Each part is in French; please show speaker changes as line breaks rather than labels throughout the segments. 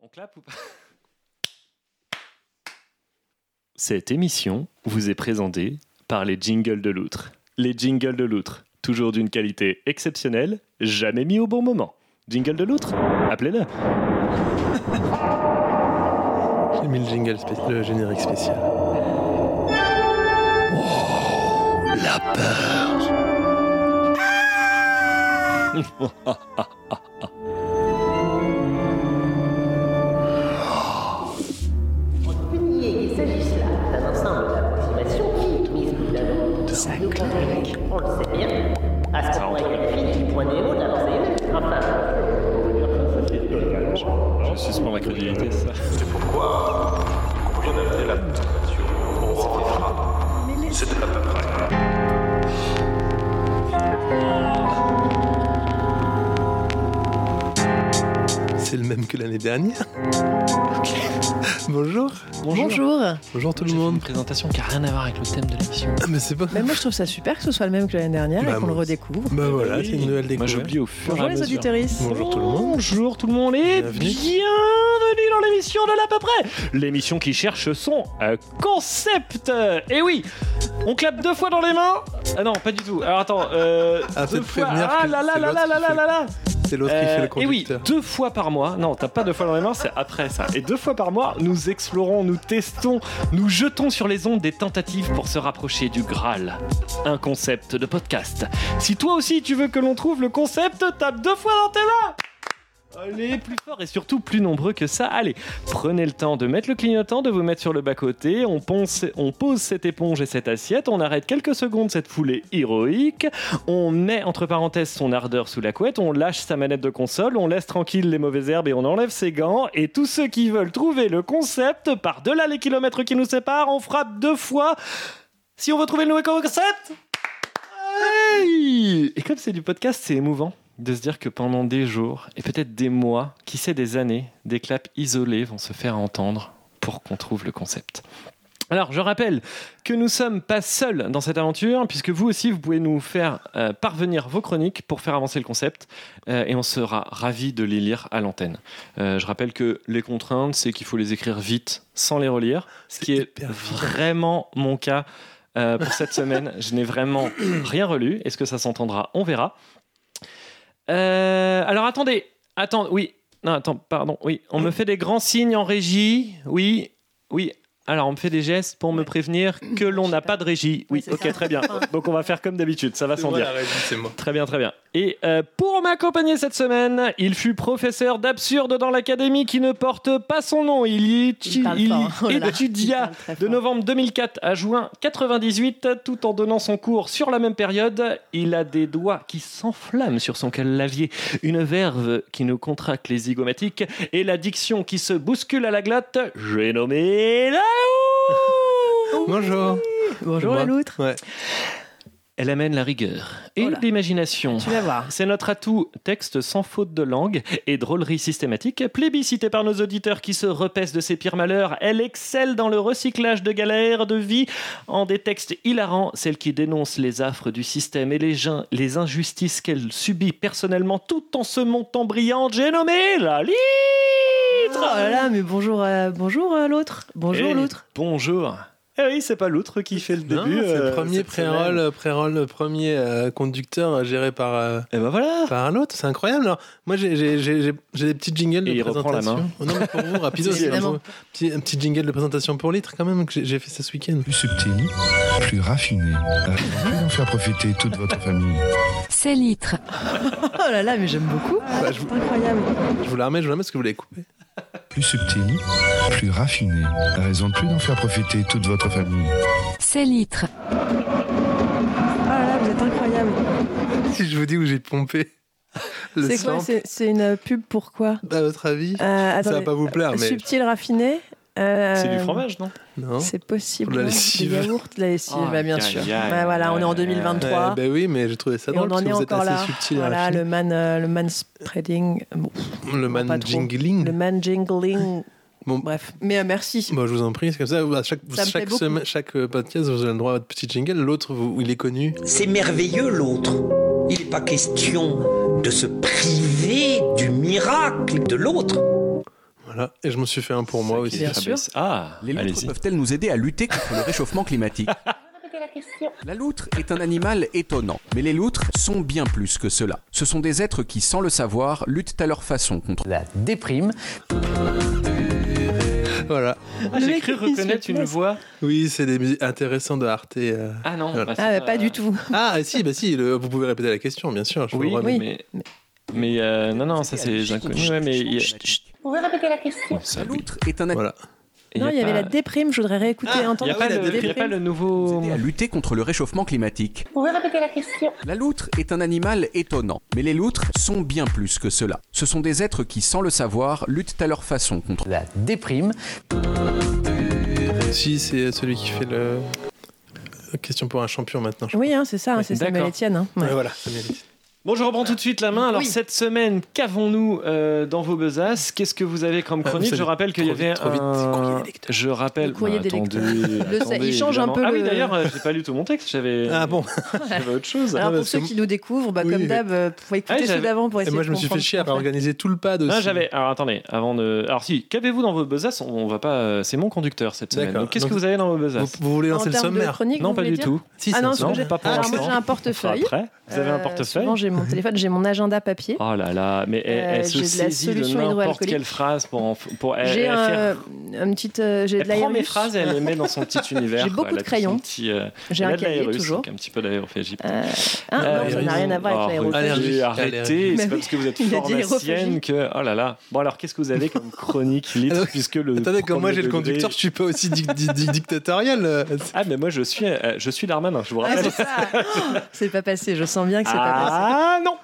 On clappe ou pas
Cette émission vous est présentée par les jingles de l'outre. Les jingles de l'outre, toujours d'une qualité exceptionnelle, jamais mis au bon moment. Jingle de l'outre Appelez-le.
J'ai mis le jingle spé- le générique spécial.
Pilier, il s'agisse là d'un ensemble d'approximations qui, mises bout à bout, nous conduisent, on le sait bien, à ce qu'on qualifie du point néo de la pensée humaine. Enfin, on peut dire que ça, c'est totalement
Je suspends ma crédibilité, ça.
C'est le même que l'année dernière. Bonjour.
Bonjour.
Bonjour tout le monde.
présentation qui a rien à voir avec le thème de l'émission.
Ah, mais c'est pas.
Mais moi je trouve ça super que ce soit le même que l'année dernière
Bah,
et qu'on le
moi aussi.
redécouvre.
Bah voilà, c'est une nouvelle
Moi
découverte.
j'oublie au fur et à
Bonjour les
mesure.
auditrices.
Bonjour tout le monde.
Bonjour tout le monde et
Bienvenue.
bienvenue dans l'émission de l'à peu près. L'émission qui cherche son euh, concept. Et oui, on clappe deux fois dans les mains. Ah non, pas du tout. Alors attends. Euh,
Ah,
deux
faut te
fois.
prévenir
Ah
que
là là
c'est
là là là
l'autre qui
là
fait.
là là.
C'est l'autre qui fait le
Euh, et oui,
conducteur.
deux fois par mois, non, t'as pas deux fois dans les mains, c'est après ça. Et deux fois par mois, nous explorons, nous testons, nous jetons sur les ondes des tentatives pour se rapprocher du Graal. Un concept de podcast. Si toi aussi tu veux que l'on trouve le concept, tape deux fois dans tes mains Allez, plus fort et surtout plus nombreux que ça. Allez, prenez le temps de mettre le clignotant, de vous mettre sur le bas-côté. On, ponce- on pose cette éponge et cette assiette. On arrête quelques secondes cette foulée héroïque. On met entre parenthèses son ardeur sous la couette, on lâche sa manette de console, on laisse tranquille les mauvaises herbes et on enlève ses gants. Et tous ceux qui veulent trouver le concept, par-delà les kilomètres qui nous séparent, on frappe deux fois si on veut trouver le nouveau concept. Hey et comme c'est du podcast, c'est émouvant de se dire que pendant des jours et peut-être des mois, qui sait des années, des claps isolés vont se faire entendre pour qu'on trouve le concept. Alors, je rappelle que nous sommes pas seuls dans cette aventure, puisque vous aussi, vous pouvez nous faire euh, parvenir vos chroniques pour faire avancer le concept, euh, et on sera ravis de les lire à l'antenne. Euh, je rappelle que les contraintes, c'est qu'il faut les écrire vite, sans les relire, ce qui est
hyper efficace.
vraiment mon cas euh, pour cette semaine. Je n'ai vraiment rien relu. Est-ce que ça s'entendra On verra. Euh, alors, attendez. Attends, oui. Non, attends, pardon. Oui, on me fait des grands signes en régie. Oui, oui. Alors, on me fait des gestes pour me prévenir que l'on n'a pas de régie. Oui,
Oui, c'est
ok,
ça.
très bien. Donc, on va faire comme d'habitude, ça va
C'est
sans
moi
dire.
la régie, c'est moi.
Très bien, très bien. Et euh, pour m'accompagner cette semaine, il fut professeur d'absurde dans l'académie qui ne porte pas son nom. Il y étu-
Il parle
il
fort, hein. Oh là là, il
étudia
parle très
de
fort.
novembre 2004 à juin 98, tout en donnant son cours sur la même période. Il a des doigts qui s'enflamment sur son clavier, une verve qui nous contracte les zygomatiques et la diction qui se bouscule à la glatte. J'ai nommé Lao
Bonjour.
Bonjour
Moi.
la loutre.
Ouais.
Elle amène la rigueur et
Oh là.
l'imagination.
Tu vas voir.
C'est notre atout, texte sans faute de langue et drôlerie systématique, plébiscité par nos auditeurs qui se repaissent de ses pires malheurs. Elle excelle dans le recyclage de galères de vie en des textes hilarants, celle qui dénonce les affres du système et les, gens- les injustices qu'elle subit personnellement tout en se montant brillante. J'ai nommé la litre
Oh
Ah,
là là, mais bonjour, euh, bonjour euh, l'autre. Bonjour
Eh,
l'autre.
Bonjour Eh oui, c'est pas l'outre qui fait le
Non,
début.
c'est le
euh,
premier
cette semaine.
pré-roll, euh, pré-roll, le premier euh, conducteur euh, géré par, euh,
Eh ben voilà
par un autre. C'est incroyable. Alors, moi, j'ai- j'ai j'ai- j'ai- j'ai des petits jingles
Et
de
il reprend la
présentation. Oh, non, mais pour vous, rapido, c'est un,
Évidemment.
peu- petit, un petit jingle de présentation pour litre quand même que j'ai- j'ai fait ça ce week-end.
plus subtil, plus raffiné, plus en faire profiter toute votre famille.
C'est litres.
Oh là là, mais j'aime beaucoup.
Bah, je, vous,
Incroyable.
je vous la remets, je vous la remets parce que vous l'avez coupé.
Plus subtil, plus raffiné, raison de plus d'en faire profiter toute votre famille.
C'est litres.
Oh là là, vous êtes incroyable.
Si je vous dis où j'ai pompé le
C'est quoi
sample,
C'est c'est une euh, pub pour quoi
à votre avis,
Euh,
ça va
attendez.
pas vous plaire, mais
Subtil, raffiné. euh,
C'est du fromage, non
non.
C'est possible.
Pour la
hein,
lessive.
Du yaourt, de la lessive,
Oh,
bah, bien
aïe,
sûr.
aïe, aïe,
Bah, voilà, on est en
aïe,
Eh
2023.
ben oui, mais j'ai trouvé ça
et
drôle
on en
parce que
est
vous êtes
encore là.
assez subtil. à la
Voilà,
fin.
le man, euh, le man spreading, bon,
le
pas
man
trop.
jingling.
le man jingling.
Bon.
Bref, mais euh, merci.
Moi, je vous en prie, c'est comme ça. À chaque,
Ça me plaît
chaque,
beaucoup.
semaine- chaque euh, podcast, vous avez le droit à votre petit jingle. L'autre, vous- il est connu.
C'est merveilleux l'autre. Il n'est pas question de se priver du miracle de l'autre.
Voilà. Et je me suis fait un pour moi aussi.
bien sûr.
Ah,
Les loutres
allez-y.
peuvent-elles nous aider à lutter contre le réchauffement climatique
Répétez la question.
La loutre est un animal étonnant, mais les loutres sont bien plus que cela. Ce sont des êtres qui, sans le savoir, luttent à leur façon contre
La déprime.
Voilà.
Ah, J'ai
Le mec,
cru
il se
reconnaître une
place.
voix.
Oui, c'est des musiques intéressantes de Arte. euh.
Ah non,
Voilà.
bah, c'est
Ah, bah, pas du tout.
Ah, si, bah si, le- vous pouvez répéter la question, bien sûr. je vous
Oui,
le remets.
Oui.
mais. Mais euh, non, non, ça c'est les inconnus. Ouais, mais. il y a-
Vous pouvez répéter la question.
La loutre est un animal
Voilà.
il y a
non, il y avait
pas-
la déprime, je voudrais réécouter
Ah,
et
Il n'y
entendre
a, pas
la
le- il y a
déprime.
pas le
qui
nouveau.
nous aide à lutter contre le réchauffement climatique.
Vous pouvez répéter la question.
La loutre est un animal étonnant, mais les loutres sont bien plus que cela. Ce sont des êtres qui, sans le savoir, luttent à leur façon contre
La déprime.
Si, c'est celui qui fait le. Question pour un champion maintenant. je
Oui, hein, c'est ça, hein, c'est Samuel
D'accord.
Etienne. hein.
crois.
Ouais.
Ouais, voilà, ça mérite.
Bon, je reprends tout de suite la main. Alors,
Oui.
cette semaine, qu'avons-nous euh, dans vos besaces Qu'est-ce que vous avez comme
Ah, vous
chronique Je
savez,
rappelle qu'il y
trop vite,
avait
trop vite,
un...
courrier des lecteurs.
Je rappelle... Bah,
Le courrier des
attendez,
lecteurs. Le- ça-
attendez,
il change un
évidemment.
peu
Ah oui,
le-
d'ailleurs, euh, j'ai pas lu tout mon texte. J'avais
Ah bon
j'avais autre chose.
Alors,
Ah,
pour
parce
ceux
que-
qui nous découvrent, bah,
Oui,
comme
oui.
d'hab, euh, faut
Ah,
écouter ceux
j'avais-
d'avant pour
Et
essayer
moi,
de
je me suis fait
comprendre ce
chier à
qu'on fait.
organiser tout le pad aussi.
Non, j'avais... Alors, attendez, avant de... Alors, si, qu'avez-vous dans vos besaces On va pas... euh, C'est mon conducteur, cette semaine.
D'accord.
Donc, qu'est-ce
Donc-
que vous avez dans vos
Vous,
besaces
vous voulez
En
lancer le
termes de
sommaire
chronique,
Non,
vous
pas
voulez
du
dire
tout.
Si,
Ah
c'est
non,
un
parce que
Non,
j'ai-
pas pour
Alors, moi,
l'instant.
j'ai un
On fera
portefeuille.
Après, vous avez un
Euh,
portefeuille
Souvent, j'ai mon téléphone, j'ai mon agenda papier.
Oh là là, mais elle,
Euh,
elle se
j'ai de la
saisit de
solution
n'importe
hydroalcoolique.
quelle phrase pour... en Eh, f- pour elle-
J'ai
elle
un,
fait-
un petit, euh, j'ai de
Elle prend mes
l'aérus.
phrases et elle les met dans son petit univers.
J'ai
quoi.
beaucoup
Elle
de
a tout
crayons.
son petit, euh,
J'ai
elle
un
a de
cahier
l'aérophagie,
toujours.
donc Un petit peu d'aérophagie.
Ah, non, ça
l'aérus.
n'a rien à voir
Oh,
avec
vous-
l'aérophagie.
Allergique.
Arrêtez,
Mais
c'est
oui.
pas parce que vous êtes
Il a dit
pharmacienne
aérophagie.
que. Oh là là. Bon, alors qu'est-ce que vous avez comme chronique litre
Alors,
puisque le
Attendez, quand moi
premier
j'ai le
degré-
conducteur, je suis pas aussi dic- di- di- dictatorial. euh.
Ah, mais moi je suis, euh, je suis Darmanin, je vous
Ah,
rappelle.
c'est ça. Oh, C'est pas passé, je sens bien que c'est pas
Ah, non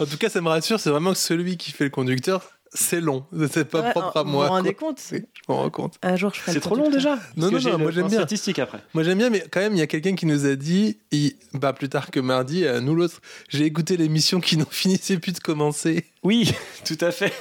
En tout cas, ça me rassure, c'est vraiment que celui qui fait le conducteur, c'est long. C'est pas
passé. Ouais,
propre à
vous
moi.
Vous vous rendez
quoi.
compte
Oui, je m'en rends compte.
Un jour, je ferai
C'est
le
trop long déjà Parce
Non,
que
non,
j'ai
non,
le
moi, j'aime
point
bien.
statistique après.
Moi j'aime bien, mais quand même, il y a quelqu'un qui nous a dit, il- bah, plus tard que mardi, euh, nous l'autre, j'ai écouté l'émission qui n'en finissait plus de commencer
Oui, tout à fait.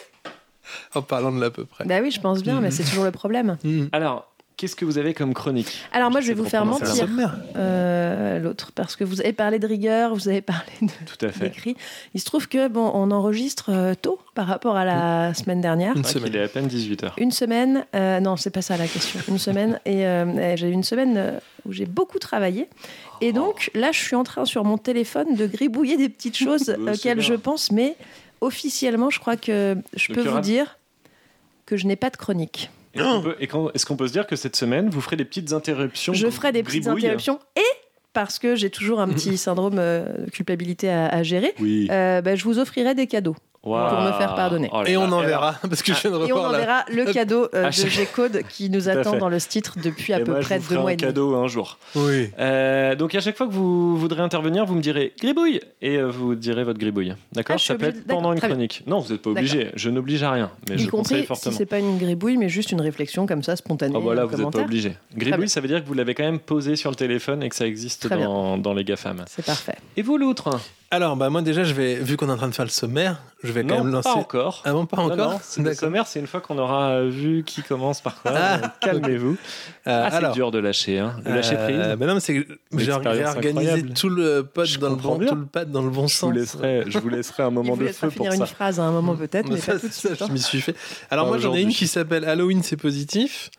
en parlant de l'à peu près.
Bah oui, je pense bien, mais c'est toujours le problème.
Hmm.
Alors, qu'est-ce que vous avez comme chronique
Alors moi, je vais
sais
vous
pas
faire
comment ça
mentir,
sommaire.
euh, l'autre, parce que vous avez parlé de rigueur, vous avez parlé de-
Tout à fait.
d'écrit. Il se trouve que bon, on enregistre euh, tôt par rapport à la
Mmh.
semaine dernière.
Une
C'est vrai
semaine.
qu'il est à peine 18h.
Une semaine, euh, non, c'est pas ça la question. Une semaine, et euh, euh, j'ai eu une semaine euh, où j'ai beaucoup travaillé.
Oh.
Et donc là, je suis en train sur mon téléphone de gribouiller des petites choses
Bah, c'est
auxquelles
bien.
je pense, mais officiellement, je crois que je
Donc,
peux
il y
vous
aura-
dire que je n'ai pas de chronique.
Est-ce qu'on peut, et quand- est-ce qu'on peut se dire que cette semaine, vous ferez des petites interruptions
Je ferai des petites
gribouilles
interruptions et parce que j'ai toujours un petit syndrome euh, de culpabilité à, à gérer,
Oui.
euh, bah, je vous offrirai des cadeaux. pour me faire pardonner.
Oh
Et on en verra, parce que je viens de
Et on
revoir là.
enverra le cadeau euh,
Ah,
de
je-
G-Code qui nous
Tout à
attend
fait.
dans le titre depuis à peu près deux mois
un
et demi.
cadeau un jour.
Oui.
Euh, donc à chaque fois que vous voudrez intervenir, vous me direz gribouille et euh, vous direz votre gribouille. D'accord
Ah, je suis
Ça peut
obligée-
être pendant
d'accord,
une
très bien.
chronique. Non, vous n'êtes pas obligé. Je n'oblige à rien, mais
Y
je conseille
compris si
fortement.
c'est pas une gribouille, mais juste une réflexion comme ça, spontanée.
Ah bah là,
un
vous n'êtes pas
commentaire.
obligé. Gribouille,
bien.
ça veut dire que vous l'avez quand même posé sur le téléphone et que ça existe
Très bien.
dans, dans les GAFAM.
C'est parfait.
Et vous, l'autre
Alors, bah, moi déjà, je vais, vu qu'on est en train de faire le sommaire, je vais quand
Non,
même lancer.
pas encore.
Ah bon, pas
Non,
encore
non, c'est- le
D'accord.
sommaire, c'est une fois qu'on aura vu qui commence par quoi.
Ah,
donc Calmez-vous.
Euh,
Ah, c'est
alors,
dur de lâcher, hein, de lâcher prise.
Euh, mais non, mais c'est que j'ai j'ai
L'expérience
organisé
incroyable.
tout le pod
Je
dans le
comprends
bon,
bien.
tout le pad dans le bon
je, vous
sens.
laisserai, je vous laisserai un moment
Il vous
de
laissera
feu pour
finir
ça.
une phrase à un moment peut-être, mais
Ça,
pas tout de
ça,
suite.
je
hein.
m'y suis fait. Alors
Pas
moi, j'en ai une
aujourd'hui.
qui s'appelle Halloween, c'est positif.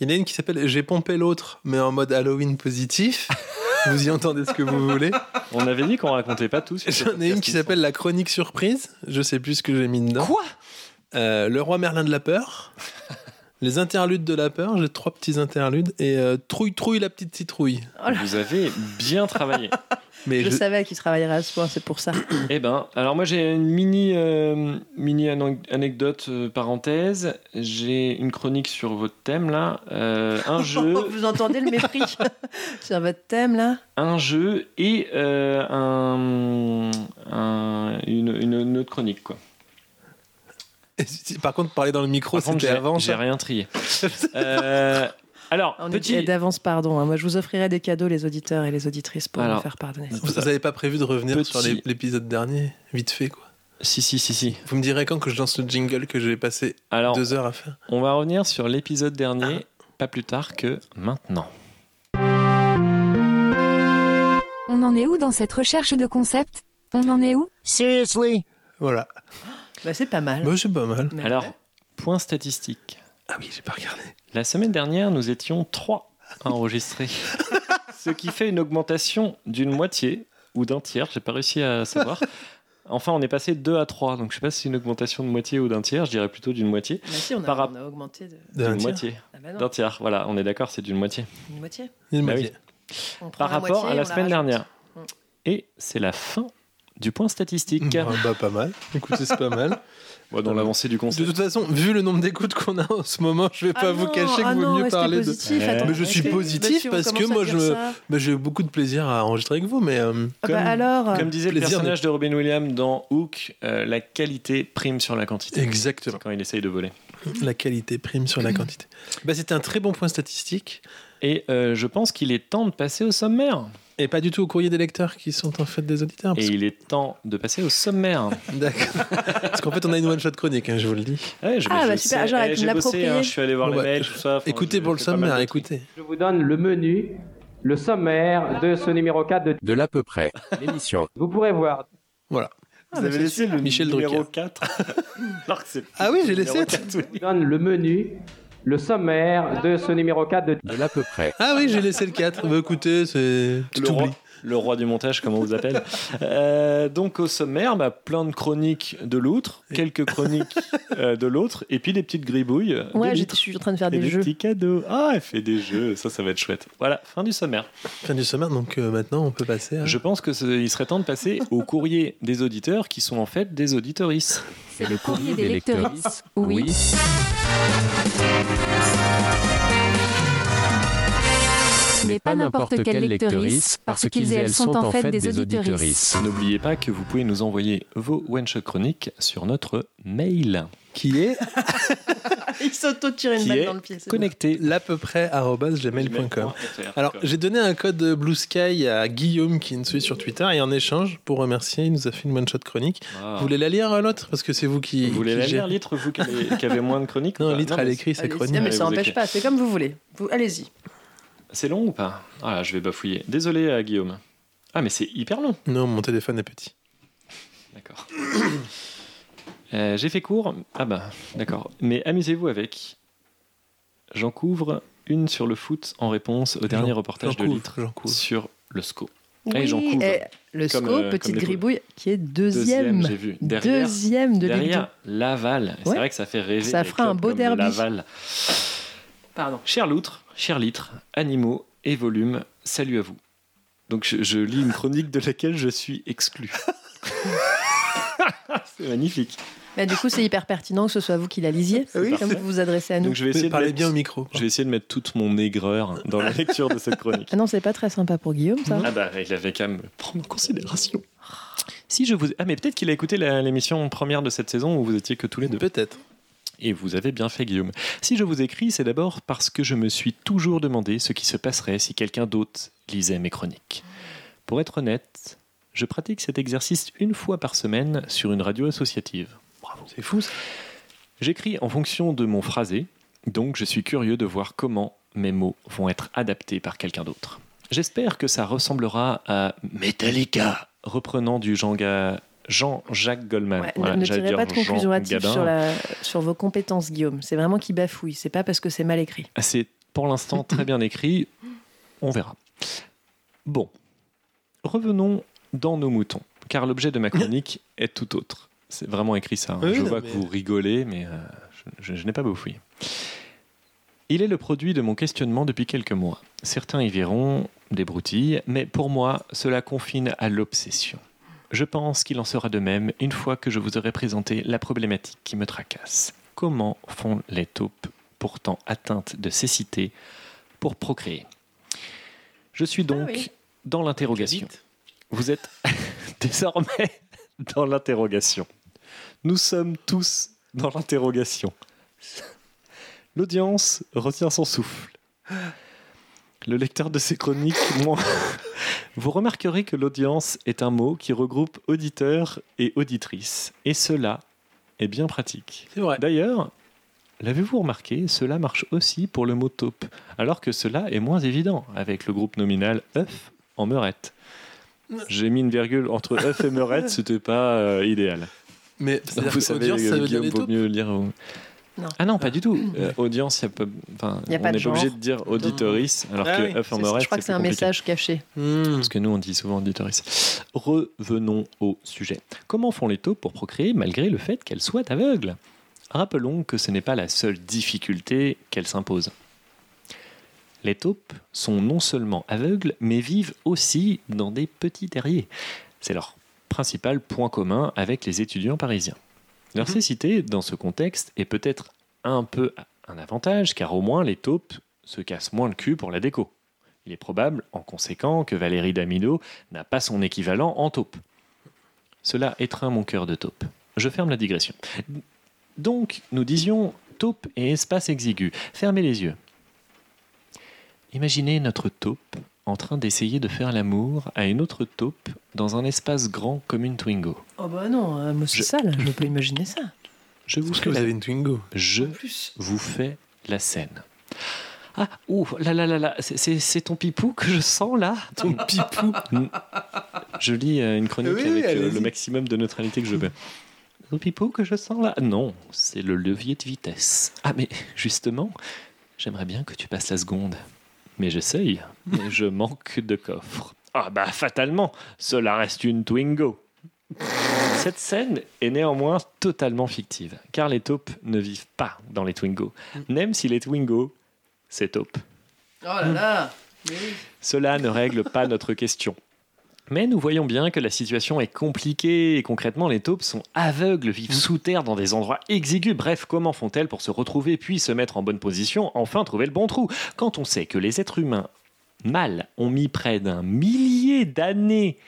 Il y en a une qui s'appelle J'ai pompé l'autre, mais en mode Halloween positif. vous y entendez ce que vous voulez.
On avait dit qu'on racontait pas tout. sur ce
J'en ai une
podcast,
qui
il me
s'appelle La chronique surprise. Je sais plus ce que j'ai mis dedans.
Quoi
Euh, Le roi Merlin de la peur. Les interludes de la peur. J'ai trois petits interludes. Et euh, Trouille, trouille, la petite citrouille.
semble. Vous avez bien travaillé.
Mais
Je
je-
savais qu'il travaillerait à ce point, c'est pour ça.
eh ben, alors moi j'ai une mini, euh, mini an- anecdote euh, parenthèse. J'ai une chronique sur votre thème là. Euh, un jeu,
Vous entendez le mépris sur votre thème là
un jeu et euh, un, un- une, une- une autre chronique quoi.
Par contre, parler dans le micro,
Par contre,
Oh, c'était
j'ai-
avant.
J'ai
ça.
rien trié. Euh, alors
On est
petit.
d'avance, pardon. hein. Moi, je vous offrirai des cadeaux, les auditeurs et les auditrices, pour
Alors. Mm.
me faire pardonner.
Vous n'avez pas prévu de revenir
Petit.
sur l'ép- l'épisode dernier, vite fait quoi.
Si si si si.
Vous me direz quand que je lance le jingle que j'ai passé
Alors
deux Ah. heures à faire.
on va revenir sur l'épisode dernier, pas plus tard que maintenant.
On en est où dans cette recherche de concept On en est où
Voilà.
Ah.
Bah, c'est pas mal.
Bah, c'est pas mal.
Mais
Alors, Point statistique.
Ah oui, j'ai pas regardé.
La semaine dernière, nous étions trois à enregistrer. ce qui fait une augmentation d'une moitié ou d'un tiers, j'ai pas réussi à savoir. Enfin, on est passé de 2 à 3, donc je sais pas si c'est une augmentation de moitié ou d'un tiers, je dirais plutôt d'une moitié.
Bah si, on a,
Par rap-
on a augmenté de.
D'un
D'une
tiers.
moitié.
Ah bah non,
D'un tiers, voilà, on est d'accord, c'est d'une moitié.
une moitié.
Il
Bah
m'a
oui.
dit.
On prend
Par rapport
moitié,
à
on
la semaine
rajoute.
dernière.
Mm.
Et c'est la fin du point statistique. Euh,
Ah bah, pas mal. Écoutez, c'est pas mal.
Bon, dans l'avancée du
De
concept.
toute façon, vu le nombre d'écoutes qu'on a en ce moment, je vais
Ah
pas vous
non,
cacher
ah
que vaut
non,
mieux
restez
parler de.
positif,
Ouais.
attends,
Mais je suis
restez-
positif
Monsieur, on
parce que
commence à
moi,
dire
je me-
ça.
Bah, j'ai eu beaucoup de plaisir à enregistrer avec vous, mais euh,
Ah
Comme-
bah alors.
Comme disait le
Plaisir
personnage de Robin Williams dans Hook, euh, la qualité prime sur la quantité.
exactement.
Quand il essaye de voler.
La qualité prime sur la quantité. Bah, c'était un très bon point statistique
Et euh, je pense qu'il est temps de passer au sommaire.
et pas du tout au courrier des lecteurs qui sont en fait des auditeurs.
Et
parce
il est temps de passer au sommaire.
que- D'accord. parce qu'en fait, on a une one shot chronique, hein, je vous le dis.
Ouais, je-
Ah,
je
bah,
sais.
super, genre, avec
Eh,
une
j'ai bossé,
l'approprier.
hein, je suis allé voir
Bon,
les
bah,
mails, tout ça. Enfin,
écoutez
je-
pour le
je fais pas mal
sommaire,
de
écoutez.
Je vous donne le menu, le sommaire de ce numéro 4 de...
De l'à peu près. L'émission.
Vous pourrez voir
Voilà.
Ah,
Vous avez laissé le
Michel
numéro
Drucker.
4 Alors que c'est
Ah oui, j'ai
le numéro
laissé.
4, oui.
Je vous donne le menu, le sommaire de ce numéro 4 de...
De l'à peu près.
Ah oui, j'ai laissé le 4. Bah, écoutez, c'est. Tout
Le roi,
oubli.
le roi du montage, comme on vous appelle. Euh, donc au sommaire, bah, plein de chroniques de l'autre, quelques chroniques euh, de l'autre, et puis des petites gribouilles. euh, de
Ouais,
l'autre.
j'étais- je suis en train de faire
Et
des
des
jeux.
petits cadeaux. Ah, elle fait des jeux, ça, ça va être chouette. Voilà, fin du sommaire.
Fin du sommaire, donc euh, maintenant, on peut passer à.
Je pense que ce- il serait temps de passer au courrier des auditeurs qui sont en fait des auditorices.
C'est le courrier des lecteurs. Oui.
Oui.
Mais pas n'importe quelle lectrice, parce qu'ils et elles sont en fait des auditrices.
N'oubliez pas que vous pouvez nous envoyer vos one shot chroniques sur notre mail
Qui est
Il s'auto-tire
Qui
une
est
balle dans le pied. c'est bon.
connecté.
l'à peu près arobase gmail.com. Alors, j'ai donné un code Blue Sky à Guillaume qui nous suit sur Twitter et en échange, pour remercier, il nous a fait une one-shot chronique.
Ah.
Vous voulez la lire à l'autre Parce que c'est vous qui.
Vous voulez
qui
la
gérez.
lire, Litre, vous qui avez, qui avez moins de chroniques
Non,
Bah,
Litre, elle
mais
écrit sa
Allez-y.
chronique.
Non, mais
Allez,
ça
vous
n'empêche
écrivez.
pas, c'est comme vous voulez. Vous- Allez-y.
C'est long ou pas Ah, là, je vais bafouiller. Désolé, euh, Guillaume. Ah, mais c'est hyper long.
Non, mon téléphone est petit.
D'accord. Euh, J'ai fait court. Ah bah, d'accord. Mais amusez-vous avec. J'en couvre une sur le foot en réponse au dernier
J'en-
reportage
j'en
de
couvre,
Litre
j'en couvre.
sur le SCO.
Oui,
Allez, j'en couvre.
eh, le
Comme,
SCO,
euh, comme
petite
les poules.
gribouille, qui est
Deuxième,
deuxième.
j'ai vu. Derrière,
Deuxième de Ligue 2.
derrière Laval. Et C'est
Ouais.
vrai que ça fait rêver.
Ça
les
fera un
clubs
beau
comme
derby.
Laval.
Pardon.
Cher loutre, cher litre, animaux et volumes, salut à vous. Donc je, je lis une chronique de laquelle je suis exclu. c'est magnifique.
Mais du coup, c'est hyper pertinent que ce soit vous qui la lisiez,
Oui,
comme vous vous adressez à nous.
Donc je vais essayer
Mais
de
Parlez
mettre-
bien au micro.
je vais essayer de mettre toute mon aigreur dans la lecture de cette chronique.
Ah non, c'est pas très sympa pour Guillaume, ça.
Ah bah il avait qu'à me prendre en considération. Si je vous ah mais peut-être qu'il a écouté la- l'émission première de cette saison où vous étiez que tous les deux.
Peut-être.
Et vous avez bien fait, Guillaume. Si je vous écris, c'est d'abord parce que je me suis toujours demandé ce qui se passerait si quelqu'un d'autre lisait mes chroniques. Pour être honnête, je pratique cet exercice une fois par semaine sur une radio associative. Bravo.
C'est fou ça.
J'écris en fonction de mon phrasé, donc je suis curieux de voir comment mes mots vont être adaptés par quelqu'un d'autre. J'espère que ça ressemblera à Metallica, reprenant du Jean-Ga- Jean-Jacques Goldman.
Ouais,
Voilà,
ne ne
j'allais
tirez
dire
pas de conclusion
Jean
hâtive
Gabin.
sur, la- sur vos compétences, Guillaume. C'est vraiment qui bafouille. C'est pas parce que c'est mal écrit.
C'est pour l'instant très bien écrit. On verra. Bon. Revenons dans nos moutons, car l'objet de ma chronique est tout autre. C'est vraiment écrit ça. hein.
Oui,
je
non,
vois
mais-
que vous rigolez, mais euh, je, je- je n'ai pas beau fouiller. Il est le produit de mon questionnement depuis quelques mois. Certains y verront des broutilles, mais pour moi, cela confine à l'obsession. Je pense qu'il en sera de même une fois que je vous aurai présenté la problématique qui me tracasse. Comment font les taupes, pourtant atteintes de cécité, pour procréer Je suis donc
oui.
dans l'interrogation. Vous êtes désormais dans l'interrogation. Nous sommes tous dans l'interrogation. L'audience retient son souffle. Le lecteur de ces chroniques, moi. Vous remarquerez que l'audience est un mot qui regroupe auditeurs et auditrices. Et cela est bien pratique.
C'est vrai.
D'ailleurs, l'avez-vous remarqué, cela marche aussi pour le mot taupe, alors que cela est moins évident avec le groupe nominal œuf en meurette. J'ai mis une virgule entre œuf et meurette, c'était pas euh, idéal.
Mais c'est-à-dire
Vous
que
savez,
audience, ça veut dire
Guillaume,
les
vaut
taupes
mieux lire. au- Ah non, pas du tout. Euh, audience, y a pas- enfin,
Y a pas
on
de
n'est pas obligé
genre.
de dire auditoris, alors
Ah
que
oui,
Up and
C'est-
Oreille,
je crois que c'est
plus
un
compliqué.
message caché.
Hmm.
Parce que nous, on dit souvent auditoris. Revenons au sujet. Comment font les taupes pour procréer malgré le fait qu'elles soient aveugles Rappelons que ce n'est pas la seule difficulté qu'elles s'imposent. Les taupes sont non seulement aveugles, mais vivent aussi dans des petits terriers. C'est leur principal point commun avec les étudiants parisiens. Leur cécité, dans ce contexte, est peut-être un peu un avantage, car au moins les taupes se cassent moins le cul pour la déco. Il est probable, en conséquent, que Valérie Damido n'a pas son équivalent en taupe. Cela étreint mon cœur de taupe. Je ferme la digression. Donc, nous disions taupe et espace exigu. Fermez les yeux. Imaginez notre taupe en train d'essayer de faire l'amour à une autre taupe dans un espace grand comme une Twingo.
Oh bah non, euh, moi c'est
Je-
ça là, je peux pas imaginer ça.
Je vous
Est-ce que vous
fais-
avez une Twingo
Je vous fais la scène. Ah, ouh, là, là, là, là, c'est- c'est c'est ton pipou que je sens là
Ton pipou
Mm. Je lis euh, une chronique
Oui, oui,
avec euh,
allez-y.
le maximum de neutralité que je peux. Le pipeau que je sens là Non, c'est le levier de vitesse. Ah, mais justement, j'aimerais bien que tu passes la seconde. Mais j'essaye, mais je manque de coffre. Ah, bah, fatalement, cela reste une Twingo. Cette scène est néanmoins totalement fictive, car les taupes ne vivent pas dans les Twingos, même si les Twingos, c'est taupe.
Oh là là
Cela ne règle pas notre question. Mais nous voyons bien que la situation est compliquée et concrètement les taupes sont aveugles,
Hmm.
vivent sous terre dans des endroits exigus. Bref, comment font-elles pour se retrouver puis se mettre en bonne position, enfin trouver le bon trou Quand on sait que les êtres humains mâles ont mis près d'un millier d'années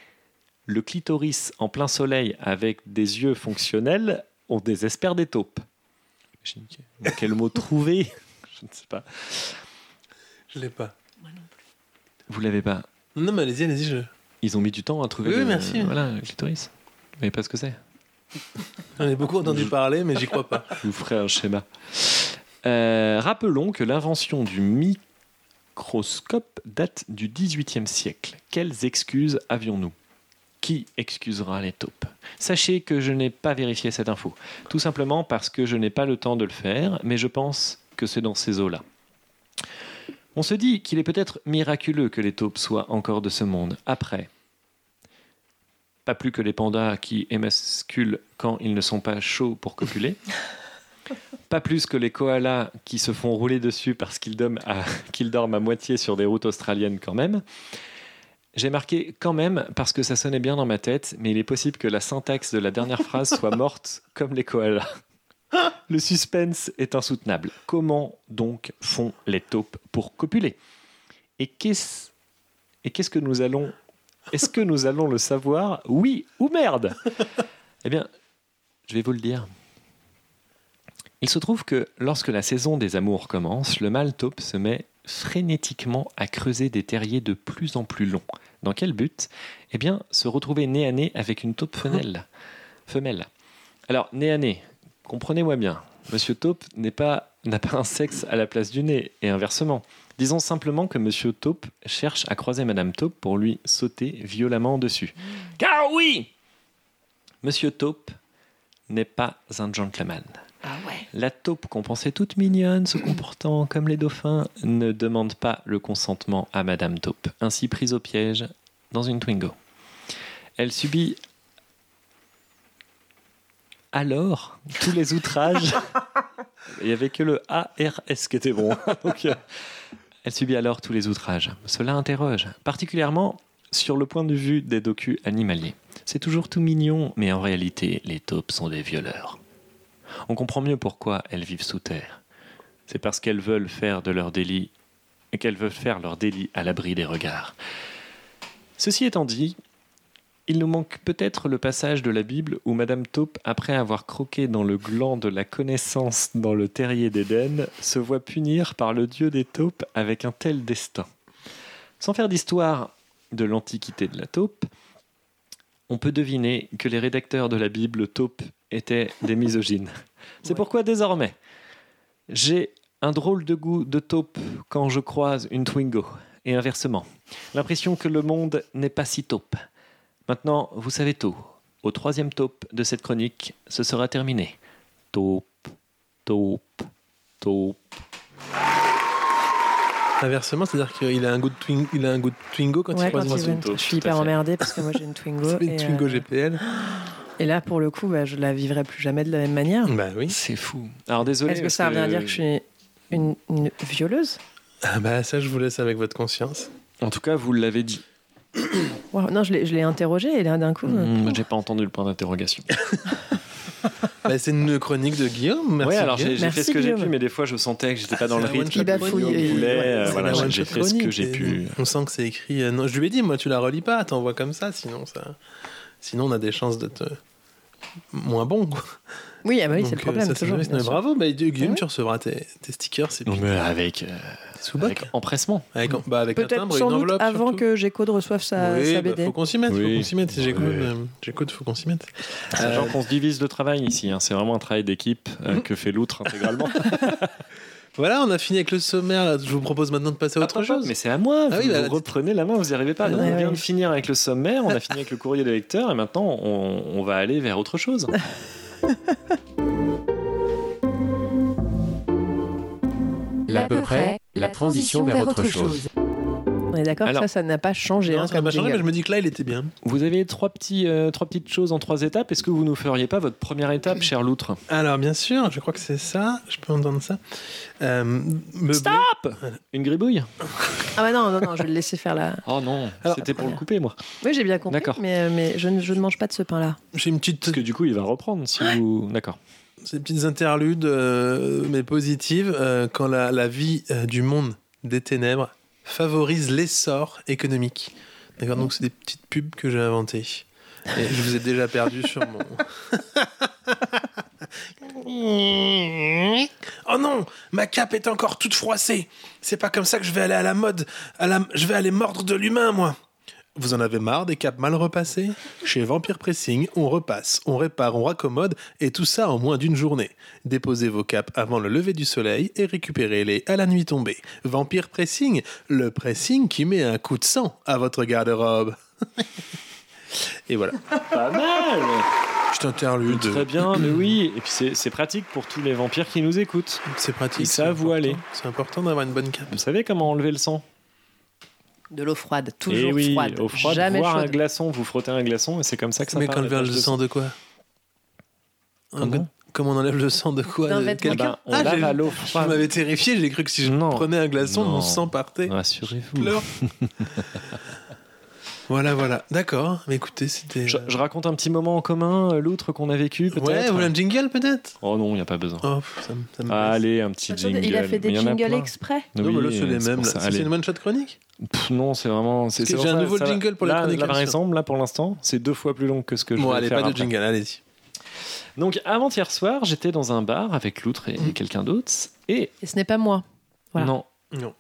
le clitoris en plein soleil avec des yeux fonctionnels, on désespère des taupes. Je- Quel mot trouver Je ne sais pas.
Je l'ai pas.
Vous l'avez pas
Non, mais allez-y, allez-y. Je...
Ils ont mis du temps à trouver
Oui,
le,
merci.
voilà, le clitoris. Vous savez pas ce que c'est
J'en ai beaucoup entendu parler, mais j'y crois pas.
Je vous ferai un schéma. Euh, rappelons que l'invention du microscope date du XVIIIe siècle. Quelles excuses avions-nous Qui excusera les taupes Sachez que je n'ai pas vérifié cette info. Tout simplement parce que je n'ai pas le temps de le faire, mais je pense que c'est dans ces eaux-là. On se dit qu'il est peut-être miraculeux que les taupes soient encore de ce monde. Après, pas plus que les pandas qui émasculent quand ils ne sont pas chauds pour copuler. Pas plus que les koalas qui se font rouler dessus parce qu'ils dorment à, qu'ils dorment à moitié sur des routes australiennes quand même. J'ai marqué quand même parce que ça sonnait bien dans ma tête, mais il est possible que la syntaxe de la dernière phrase soit morte comme les koalas. Le suspense est insoutenable. Comment donc font les taupes pour copuler Et qu'est-ce et qu'est-ce que nous allons Est-ce que nous allons le savoir Oui ou merde Eh bien, je vais vous le dire. Il se trouve que lorsque la saison des amours commence, le mâle taupe se met frénétiquement à creuser des terriers de plus en plus longs. Dans quel but Eh bien, se retrouver nez à nez avec une taupe femelle. femelle. Alors, nez à nez, comprenez-moi bien, Monsieur Taupe n'est pas- n'a pas un sexe à la place du nez, et inversement. Disons simplement que Monsieur Taupe cherche à croiser Madame Taupe pour lui sauter violemment dessus. Car oui Monsieur Taupe n'est pas un gentleman.
Ah ouais
La taupe qu'on pensait toute mignonne, se comportant comme les dauphins, ne demande pas le consentement à Madame Taupe, ainsi prise au piège dans une Twingo. Elle subit alors tous les outrages. Il n'y avait que le ARS qui était bon. Donc, euh, elle subit alors tous les outrages. Cela interroge, particulièrement sur le point de vue des docus animaliers. C'est toujours tout mignon, mais en réalité, les taupes sont des violeurs. On comprend mieux pourquoi elles vivent sous terre. C'est parce qu'elles veulent faire de leur délit et qu'elles veulent faire leur délit à l'abri des regards. Ceci étant dit, il nous manque peut-être le passage de la Bible où Madame Taupe, après avoir croqué dans le gland de la connaissance dans le terrier d'Éden, se voit punir par le dieu des taupes avec un tel destin. Sans faire d'histoire de l'antiquité de la taupe, on peut deviner que les rédacteurs de la Bible taupe étaient des misogynes. C'est pourquoi désormais, j'ai un drôle de goût de taupe quand je croise une Twingo, et inversement. L'impression que le monde n'est pas si taupe. Maintenant, vous savez tout. Au troisième taupe de cette chronique, ce sera terminé. Taupe, taupe, taupe.
Inversement, c'est-à-dire qu'il a un goût de, twing- il a un goût de Twingo quand il
Ouais, quand
croise
il
Vincent
veut une-
Twingo,
Je suis
tout à
hyper
fait.
emmerdée parce que moi j'ai une Twingo.
C'est une
et,
Twingo
euh,
GPL.
et là, pour le coup, bah, je la vivrai plus jamais de la même manière.
Bah oui.
C'est fou. Alors désolé.
Est-ce que
parce
ça revient à dire que je suis une, une violeuse
Ah bah ça, je vous laisse avec votre conscience.
En tout cas, vous l'avez dit.
Waouh, Non, je l'ai je l'ai interrogée et là, d'un coup.
Mm.
euh,
Mmh, J'ai pas entendu le point d'interrogation.
Bah, c'est une chronique de Guillaume. Merci.
Ouais, alors j'ai
Guillaume.
j'ai fait
Merci,
ce que j'ai pu,
Guillaume.
mais des fois je sentais que j'étais pas dans
C'est
le
la one-shot
rythme.
Il bafouille
chronique.
et-
voulait, euh,
C'est
voilà,
la
j'ai-
one-shot
j'ai fait ce que
chronique,
j'ai
et
pu.
On sent que c'est écrit. euh, non, je lui ai dit, moi, tu la relis pas. T'envoies comme ça, sinon ça. Sinon, on a des chances d'être euh, moins bon. quoi.
Oui, ah bah oui,
Donc,
c'est le
euh,
problème.
ça, c'est
toujours,
nice.
bien
Mais
sûr.
bravo, bah, Guillaume,
Ouais.
tu recevras tes, tes stickers et
Non,
puis
mais avec, euh,
tes sous-bocs.
avec empressement.
Avec, bah, avec un
Peut-être
timbre et une
sans doute
enveloppe.
avant
surtout.
que Gécode reçoive sa,
oui,
sa
bah,
BD.
faut qu'on s'y mette,
Oui.
faut qu'on s'y mette. Si J'écoute,
Oui.
euh, j'écoute, faut qu'on s'y mette.
C'est
Euh,
genre qu'on se divise le travail ici. hein. C'est vraiment un travail d'équipe euh, que fait l'outre intégralement.
Voilà, on a fini avec le sommaire. Là. Je vous propose maintenant de passer à
Ah,
autre
pas, pas,
chose.
Mais c'est à moi.
Ah
vous
oui, bah,
vous
la-
reprenez la main, vous n'y arrivez pas.
Ah,
Donc,
ouais,
on vient
ouais.
de finir avec le sommaire, on a fini avec le courrier des lecteurs et maintenant on, on va aller vers autre chose.
L'à peu près, la transition vers autre chose.
On est d'accord que
Alors-
ça, ça n'a pas changé.
Non,
hein,
ça m'a
comme
pas changé, mais
jingle.
je me dis que là, il était bien.
Vous avez trois, petits, euh, trois petites choses en trois étapes. Est-ce que vous nous feriez pas votre première étape, cher loutre
Alors, bien sûr, je crois que c'est ça. Je peux entendre ça. Euh, meublé.
Une gribouille
Ah bah non, non, non, je vais le laisser faire là.
Oh non,
Alors-
c'était pour le couper, moi.
Oui, j'ai bien compris.
D'accord.
Mais, euh, mais je, ne, je ne mange pas de ce pain-là.
J'ai une petite,
Parce que du coup, il va reprendre si vous. D'accord.
ces petites interludes, euh, mais positives, euh, quand la, la vie euh, du monde des ténèbres favorise l'essor économique. D'accord, donc c'est des petites pubs que j'ai inventées. Et je vous ai déjà perdu sur mon. Oh non, ma cape est encore toute froissée. C'est pas comme ça que je vais aller à la mode. À la... Je vais aller mordre de l'humain, moi. Vous en avez marre des capes mal repassées Chez Vampire Pressing, on repasse, on répare, on raccommode, et tout ça en moins d'une journée. Déposez vos capes avant le lever du soleil et récupérez-les à la nuit tombée. Vampire Pressing, le pressing qui met un coup de sang à votre garde-robe. et voilà.
Pas mal
Je t'interlude.
Très bien, mais oui. Et puis c'est c'est pratique pour tous les vampires qui nous écoutent.
C'est pratique.
Ils
c'est
savent où
important.
aller.
C'est important d'avoir une bonne cape.
Vous savez comment enlever le sang
De l'eau froide,
Eh
toujours
oui,
froide.
au froid,
jamais
voir un
chaude.
glaçon, vous frottez un glaçon et c'est comme ça que ça
Mais
part,
quand
la
enlève
tache
le
de
sang de quoi
Comment
Comme on enlève le sang de quoi
D'un
De
vêtement.
quelqu'un
Ben, on
Ah,
lave
j'ai-
à l'eau
Je
froide.
m'avais terrifié, j'ai cru que si je
Non.
prenais un glaçon,
Non. Ah,
mon sang partait.
Rassurez-vous.
Pleure. voilà, voilà. D'accord. Mais écoutez, c'était. euh,
Je, je raconte un petit moment en commun, euh, l'outre qu'on a vécu, peut-être
Ouais, vous voulez un jingle peut-être
Oh non, il n'y a pas besoin.
Oh, pff, ça, me- ça me.
Ah, Allez, un petit
Attendez,
jingle.
il a fait
Mais
des
y en a
jingles
plein.
exprès.
Non,
Oui,
mais là, c'est les
pour
mêmes.
ça.
là. C'est
Allez.
une one shot chronique
Pff, non, c'est vraiment. c'est-
Parce
c'est
que
pour
j'ai un
ça-
nouveau
ça va-
jingle pour les
là,
chroniques,
Là,
là,
par
ça.
exemple, là, pour l'instant, c'est deux fois plus long que ce que je
Bon,
vais
allez,
faire
pas de
après.
jingle, allez-y.
Donc, avant-hier soir, j'étais dans un bar avec l'outre et
Mm.
quelqu'un d'autre. Et
Et ce n'est pas moi. Voilà.
non.
Non.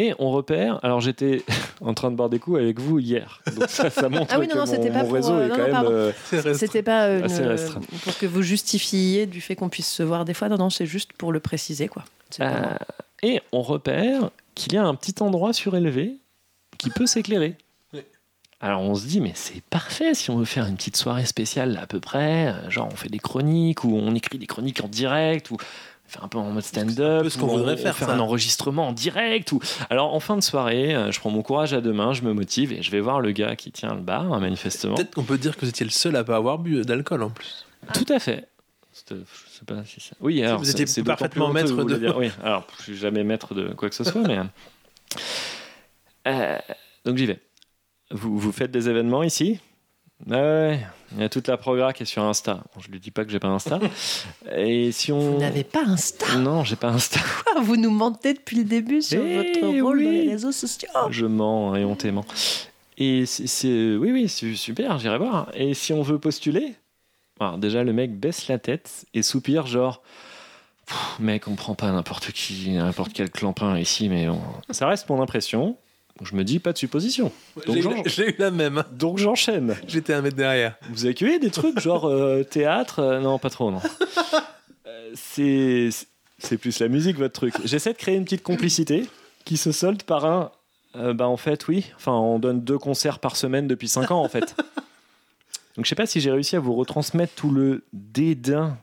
Et on repère. Alors, j'étais en train de boire des coups avec vous hier. Donc, ça, ça montre
Ah oui, non,
que
non,
mon,
c'était pas
mon
pour,
réseau
euh,
est
non,
quand
non,
même.
pardon.
euh,
C'est reste-
C'était pas euh,
Assez
une-
restreint.
pour que vous justifiez du fait qu'on puisse se voir des fois. Non, non, c'est juste pour le préciser, quoi. C'est pas moi.
Euh, et on repère qu'il y a un petit endroit surélevé qui peut s'éclairer. Alors on se dit, mais c'est parfait si on veut faire une petite soirée spéciale là, à peu près, euh, genre on fait des chroniques ou on écrit des chroniques en direct ou on fait un peu en mode
C'est un
stand-up,
peu ce
ou
qu'on
on-
voudrait
on
faire,
fait
ça.
un enregistrement en direct. Ou... Alors en fin de soirée, euh, je prends mon courage à deux mains, je me motive et je vais voir le gars qui tient le bar, hein, manifestement.
Peut-être qu'on peut dire que vous étiez le seul à pas avoir bu euh, d'alcool en plus.
Ah.
Tout à fait. C'était- Je sais pas si ça- Oui, alors,
vous
c'est-
étiez
c'est d'autant
parfaitement
plus honteux,
maître
vous voulez
de-
dire. Oui, alors, je suis jamais maître de quoi que ce soit, mais. Euh, donc, j'y vais. Vous, vous faites des événements ici Ouais, ouais. Il y a toute la progra qui est sur Insta. Bon, je lui dis pas que j'ai pas Insta. Et si on.
Vous n'avez pas Insta
Non, j'ai pas Insta.
Vous nous mentez depuis le début sur
Eh
votre rôle
oui.
dans les réseaux sociaux.
Je mens hein, et on t'aimant. Et c'est. c'est- Oui, oui, c'est super, j'irai voir. hein. Et si on veut postuler Alors, déjà, le mec baisse la tête et soupire, genre. Pff, Mec, on prend pas n'importe qui, n'importe quel clampin ici, mais on- ça reste mon impression. Je me dis pas de supposition. Donc,
J'ai eu-
j'en-
J'ai eu la même. hein.
Donc j'enchaîne.
J'étais un mètre derrière.
Vous accueillez des trucs genre euh, théâtre euh, Non, pas trop, non. Euh, c'est c'est plus la musique, votre truc. J'essaie de créer une petite complicité qui se solde par un. euh, bah, en fait, oui. Enfin, on donne deux concerts par semaine depuis cinq ans, en fait. Donc, je sais pas si j'ai réussi à vous retransmettre tout le dédain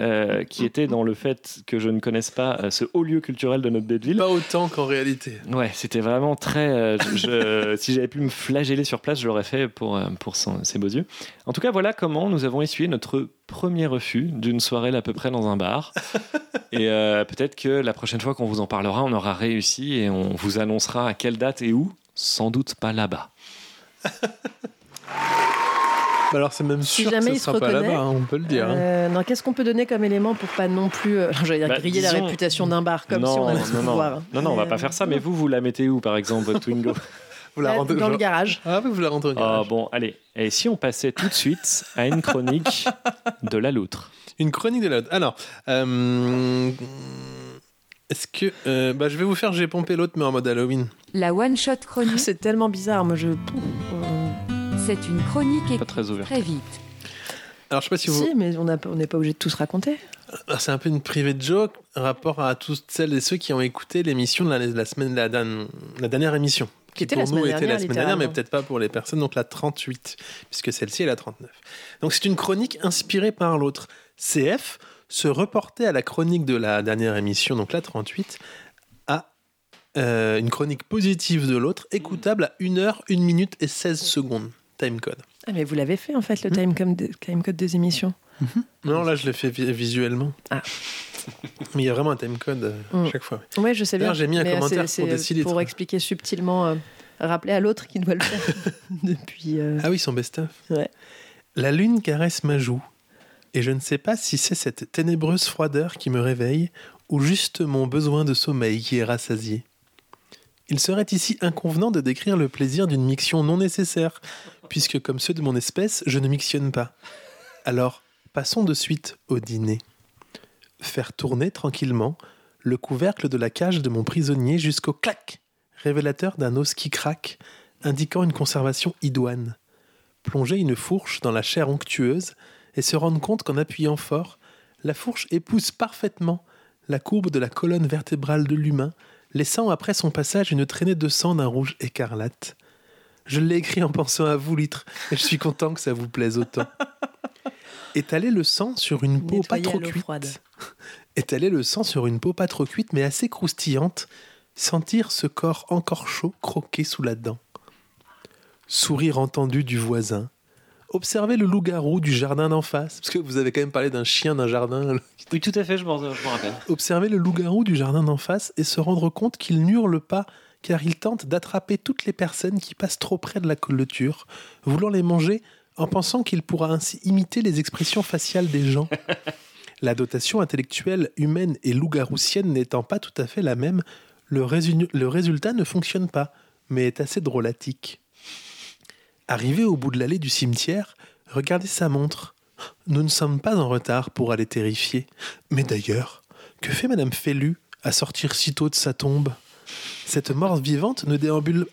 euh, qui était dans le fait que je ne connaisse pas euh, ce haut lieu culturel de notre belle ville.
Pas autant qu'en réalité.
Ouais, c'était vraiment très. euh, je- je- si j'avais pu me flageller sur place, je l'aurais fait pour, euh, pour son- ses beaux yeux. En tout cas, voilà comment nous avons essuyé notre premier refus d'une soirée là à peu près dans un bar. Et euh, peut-être que la prochaine fois qu'on vous en parlera, on aura réussi et on vous annoncera à quelle date et où. Sans doute pas là-bas.
Bah alors c'est même
Si
sûr que
jamais
ce
il se
sera pas
reconnaît,
là-bas, hein, on peut le dire. hein.
Euh, non, qu'est-ce qu'on peut donner comme élément pour pas non plus euh, j'allais dire
Bah,
griller la
disons-
réputation d'un bar comme
non,
si on avait ce
non,
pouvoir.
non. non, non, on va pas faire ça. Mais vous, vous la mettez où, par exemple, votre Twingo
Vous la
Euh,
rendez
dans le
genre-
garage.
Ah oui, vous la rentrez au
Ah
garage.
bon, allez. Et si on passait tout de suite à une chronique de la loutre
Une chronique de l'autre. Alors, euh, est-ce que euh, bah, je vais vous faire j'ai pompé l'autre mais en mode Halloween.
La One Shot Chronique,
Ah, C'est tellement bizarre, moi je.
c'est une chronique
Pas
écrite
très ouverte.
très vite.
Alors je sais pas si
Si,
vous.
mais on n'a pas- on n'est pas obligé de tous raconter.
Ah, C'est un peu une private joke rapport à toutes celles et ceux qui ont écouté l'émission de la, la semaine la, dan- la dernière émission.
Qui était
pour
la semaine
nous était
dernière,
la semaine dernière, mais
littéralement.
peut-être pas pour les personnes, donc la 38, puisque celle-ci est la 39. Donc c'est une chronique inspirée par l'autre. CF se reportait à la chronique de la dernière émission, donc la 38, à euh, une chronique positive de l'autre, écoutable à 1 heure, 1 minute et 16 secondes. Time code.
Ah, mais vous l'avez fait en fait, le
Hmm.
time, com- de- time code des émissions.
Non, là je le fais vi- visuellement.
Ah.
Mais il y a vraiment un time code euh,
Mm.
à chaque fois.
Ouais, je sais bien.
D'ailleurs, j'ai mis un
mais, euh,
commentaire
c'est-
pour
c'est
décider de
Pour
ça.
expliquer subtilement, euh, rappeler à l'autre qui doit le faire depuis. euh,
Ah oui, son best-of.
Ouais.
La lune caresse ma joue, et je ne sais pas si c'est cette ténébreuse froideur qui me réveille, ou juste mon besoin de sommeil qui est rassasié. Il serait ici inconvenant de décrire le plaisir d'une miction non nécessaire, puisque comme ceux de mon espèce, je ne mictionne pas. Alors, passons de suite au dîner. Faire tourner tranquillement le couvercle de la cage de mon prisonnier jusqu'au clac, révélateur d'un os qui craque, indiquant une conservation idoine plonger une fourche dans la chair onctueuse et se rendre compte qu'en appuyant fort, la fourche épouse parfaitement la courbe de la colonne vertébrale de l'humain, laissant après son passage une traînée de sang d'un rouge écarlate. Je l'ai écrit en pensant à vous, litre, et je suis content que ça vous plaise autant. Étaler le sang sur une peau
Nettoyer
pas
à
trop
l'eau
cuite.
froide.
Étaler le sang sur une peau pas trop cuite, mais assez croustillante. Sentir ce corps encore chaud croquer sous la dent. Sourire entendu du voisin. Observez le loup-garou du jardin d'en face. Parce que vous avez quand même parlé d'un chien d'un jardin.
Oui, tout à fait, je m'en rappelle.
Observer le loup-garou du jardin d'en face et se rendre compte qu'il n'hurle pas, car il tente d'attraper toutes les personnes qui passent trop près de la clôture, voulant les manger en pensant qu'il pourra ainsi imiter les expressions faciales des gens. La dotation intellectuelle humaine et loup-garoussienne n'étant pas tout à fait la même, le, résu- le résultat ne fonctionne pas, mais est assez drôlatique. Arrivé au bout de l'allée du cimetière, regardez sa montre. Nous ne sommes pas en retard pour aller terrifier. Mais d'ailleurs, que fait Madame Félu à sortir si tôt de sa tombe Cette morte vivante ne déambule,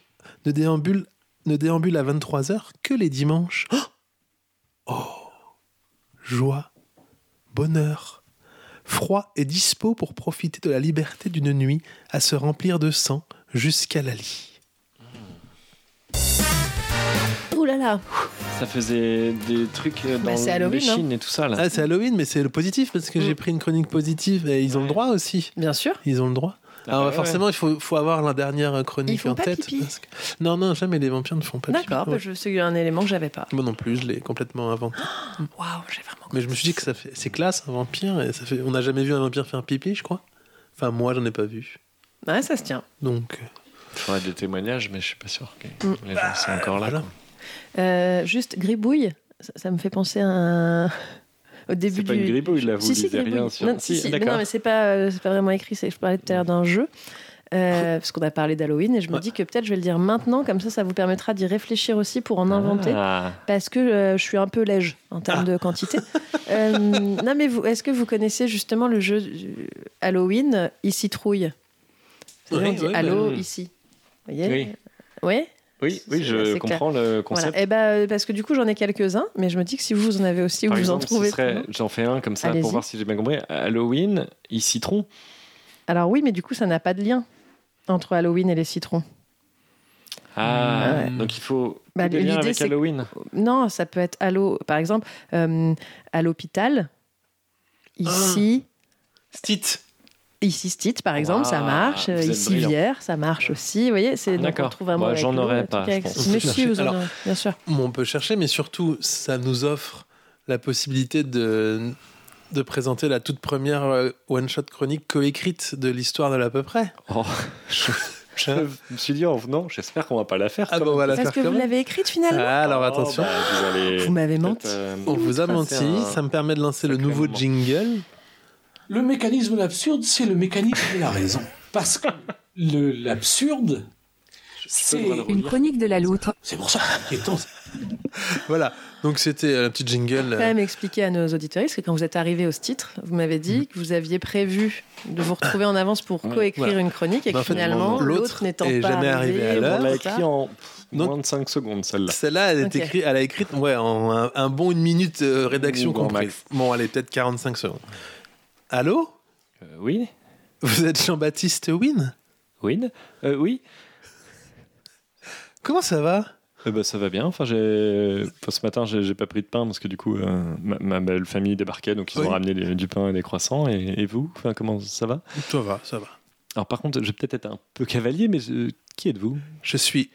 ne déambule, ne déambule à 23 heures que les dimanches. Oh Joie, bonheur, froid et dispo pour profiter de la liberté d'une nuit à se remplir de sang jusqu'à la lit.
Ouh là là
Ça faisait des trucs euh, dans
Bah, c'est Halloween,
les Chines et tout ça là.
Ah, c'est Halloween, mais c'est le positif parce que j'ai pris une chronique positive et ils ont le droit aussi.
Bien sûr
Ils ont le droit.
Ah,
Alors, bah,
ouais,
forcément, il faut, faut avoir la dernière chronique
Ils font
en
pas
tête.
pipi.
parce que- Non, non, jamais les vampires ne font pas pipi.
D'accord, bah,
Ouais.
je- c'est un élément que j'avais pas.
Moi non plus, je l'ai complètement inventé.
Waouh, j'ai vraiment.
Mais je me suis dit que ça fait... c'est classe, un vampire. Et ça fait... On n'a jamais vu un vampire faire pipi, je crois. Enfin, moi, j'en ai pas vu.
Ouais, ça se tient.
Donc,
Il faudrait des témoignages, mais je suis pas sûr que
Mm.
les gens sont encore là.
voilà.
quoi.
Euh, juste gribouille, ça, ça me fait penser à un. Au début
C'est pas
du-
une gribouille là, vous
Si, si,
lisez
Gribouille.
rien sur.
Non, si, si, mais non,
d'accord.
mais c'est pas, euh, c'est pas vraiment écrit. c'est- Je parlais tout à l'heure d'un jeu. euh, parce qu'on a parlé d'Halloween et je me
Ouais.
dis que peut-être je vais le dire maintenant, comme ça, ça vous permettra d'y réfléchir aussi pour en inventer.
Ah.
Parce que euh, je suis un peu lège en termes de quantité. Euh, non, mais vous, est-ce que vous connaissez justement le jeu euh, Halloween Ici Trouille C'est-à-dire,
Oui,
On dit
oui,
Allo
bah,
ici. Vous voyez
Oui,
Ouais
oui,
C'est-
oui,
c'est
je
clair.
comprends le
Voilà.
concept.
Eh ben, euh, parce que du coup, j'en ai quelques-uns, mais je me dis que si vous, vous en avez aussi,
Par
vous
exemple,
en trouvez.
ce serait- j'en fais un comme ça
Allez-y.
pour voir si j'ai bien compris. Halloween, il citron.
Alors oui, mais du coup, ça n'a pas de lien entre Halloween et les citrons.
Ah,
Ouais.
donc il faut
Bah,
des liens
l'idée,
avec
c'est-
Halloween.
Non, ça peut être Allo, par exemple, euh, à l'hôpital.
Ah.
Ici,
Stit.
ici Stit, par exemple, ça
Waouh,
marche.
vous êtes
ici
brillant.
Vière, ça marche aussi. Vous voyez, c'est donc on
D'accord.
trouve un mot
Moi,
avec
j'en
le
aurais
nom,
pas,
un truc avec-
je pense.
Mais si, vous en
Alors-
aurez, bien sûr.
On peut chercher, mais surtout, ça nous offre la possibilité de, de présenter la toute première euh, one-shot chronique coécrite de l'histoire de l'à peu près.
Oh, je, je me suis dit en venant, j'espère qu'on va pas la faire.
Ah
quand
bah on va la
Parce
faire
que
quand
vous
même.
l'avez écrite finalement.
Ah, alors
Oh,
attention.
bah, vous allez
Vous m'avez
peut-être,
menti.
euh,
On vous a
Ça,
menti,
c'est un
ça me permet de lancer le
sacré
nouveau
moment.
jingle.
Le mécanisme de l'absurde, c'est le mécanisme de la raison. Parce que le- l'absurde, c'est
Une chronique de la loutre.
c'est pour ça qu'il est temps.
Voilà, donc c'était euh, la petite jingle.
Quand même expliquer à nos auditeurs que quand vous êtes arrivé au titre, vous m'avez
Mm-hmm.
dit que vous aviez prévu de vous retrouver en avance pour coécrire
Voilà.
une chronique et
Mais
que
Bah, en fait,
finalement l'autre
l'autre
n'étant
est
pas bah,
jamais arrivé à l'heure.
On
ou
l'a
trop tard.
écrit en
Donc-
moins de 5 secondes, celle-là.
Celle-là, elle, est
Ok.
écrite- elle a écrite ouais, en un, un bon une minute euh, rédaction
Ou grand
comprise.
max.
Bon, allez, peut-être 45 secondes. Allô
Euh, oui
Vous êtes Jean-Baptiste Wynne
Oui Euh, Oui
Comment ça va
Eh ben, ça va bien. Enfin, j'ai... enfin, ce matin, j'ai, j'ai pas pris de pain parce que du coup, euh, ma, ma belle famille débarquait, donc ils
Oui.
ont ramené des- du pain et des croissants. Et, et vous Enfin, Comment ça va
Ça va, ça va.
Alors, par contre, je vais peut-être être un peu cavalier, mais euh, qui êtes-vous
Je suis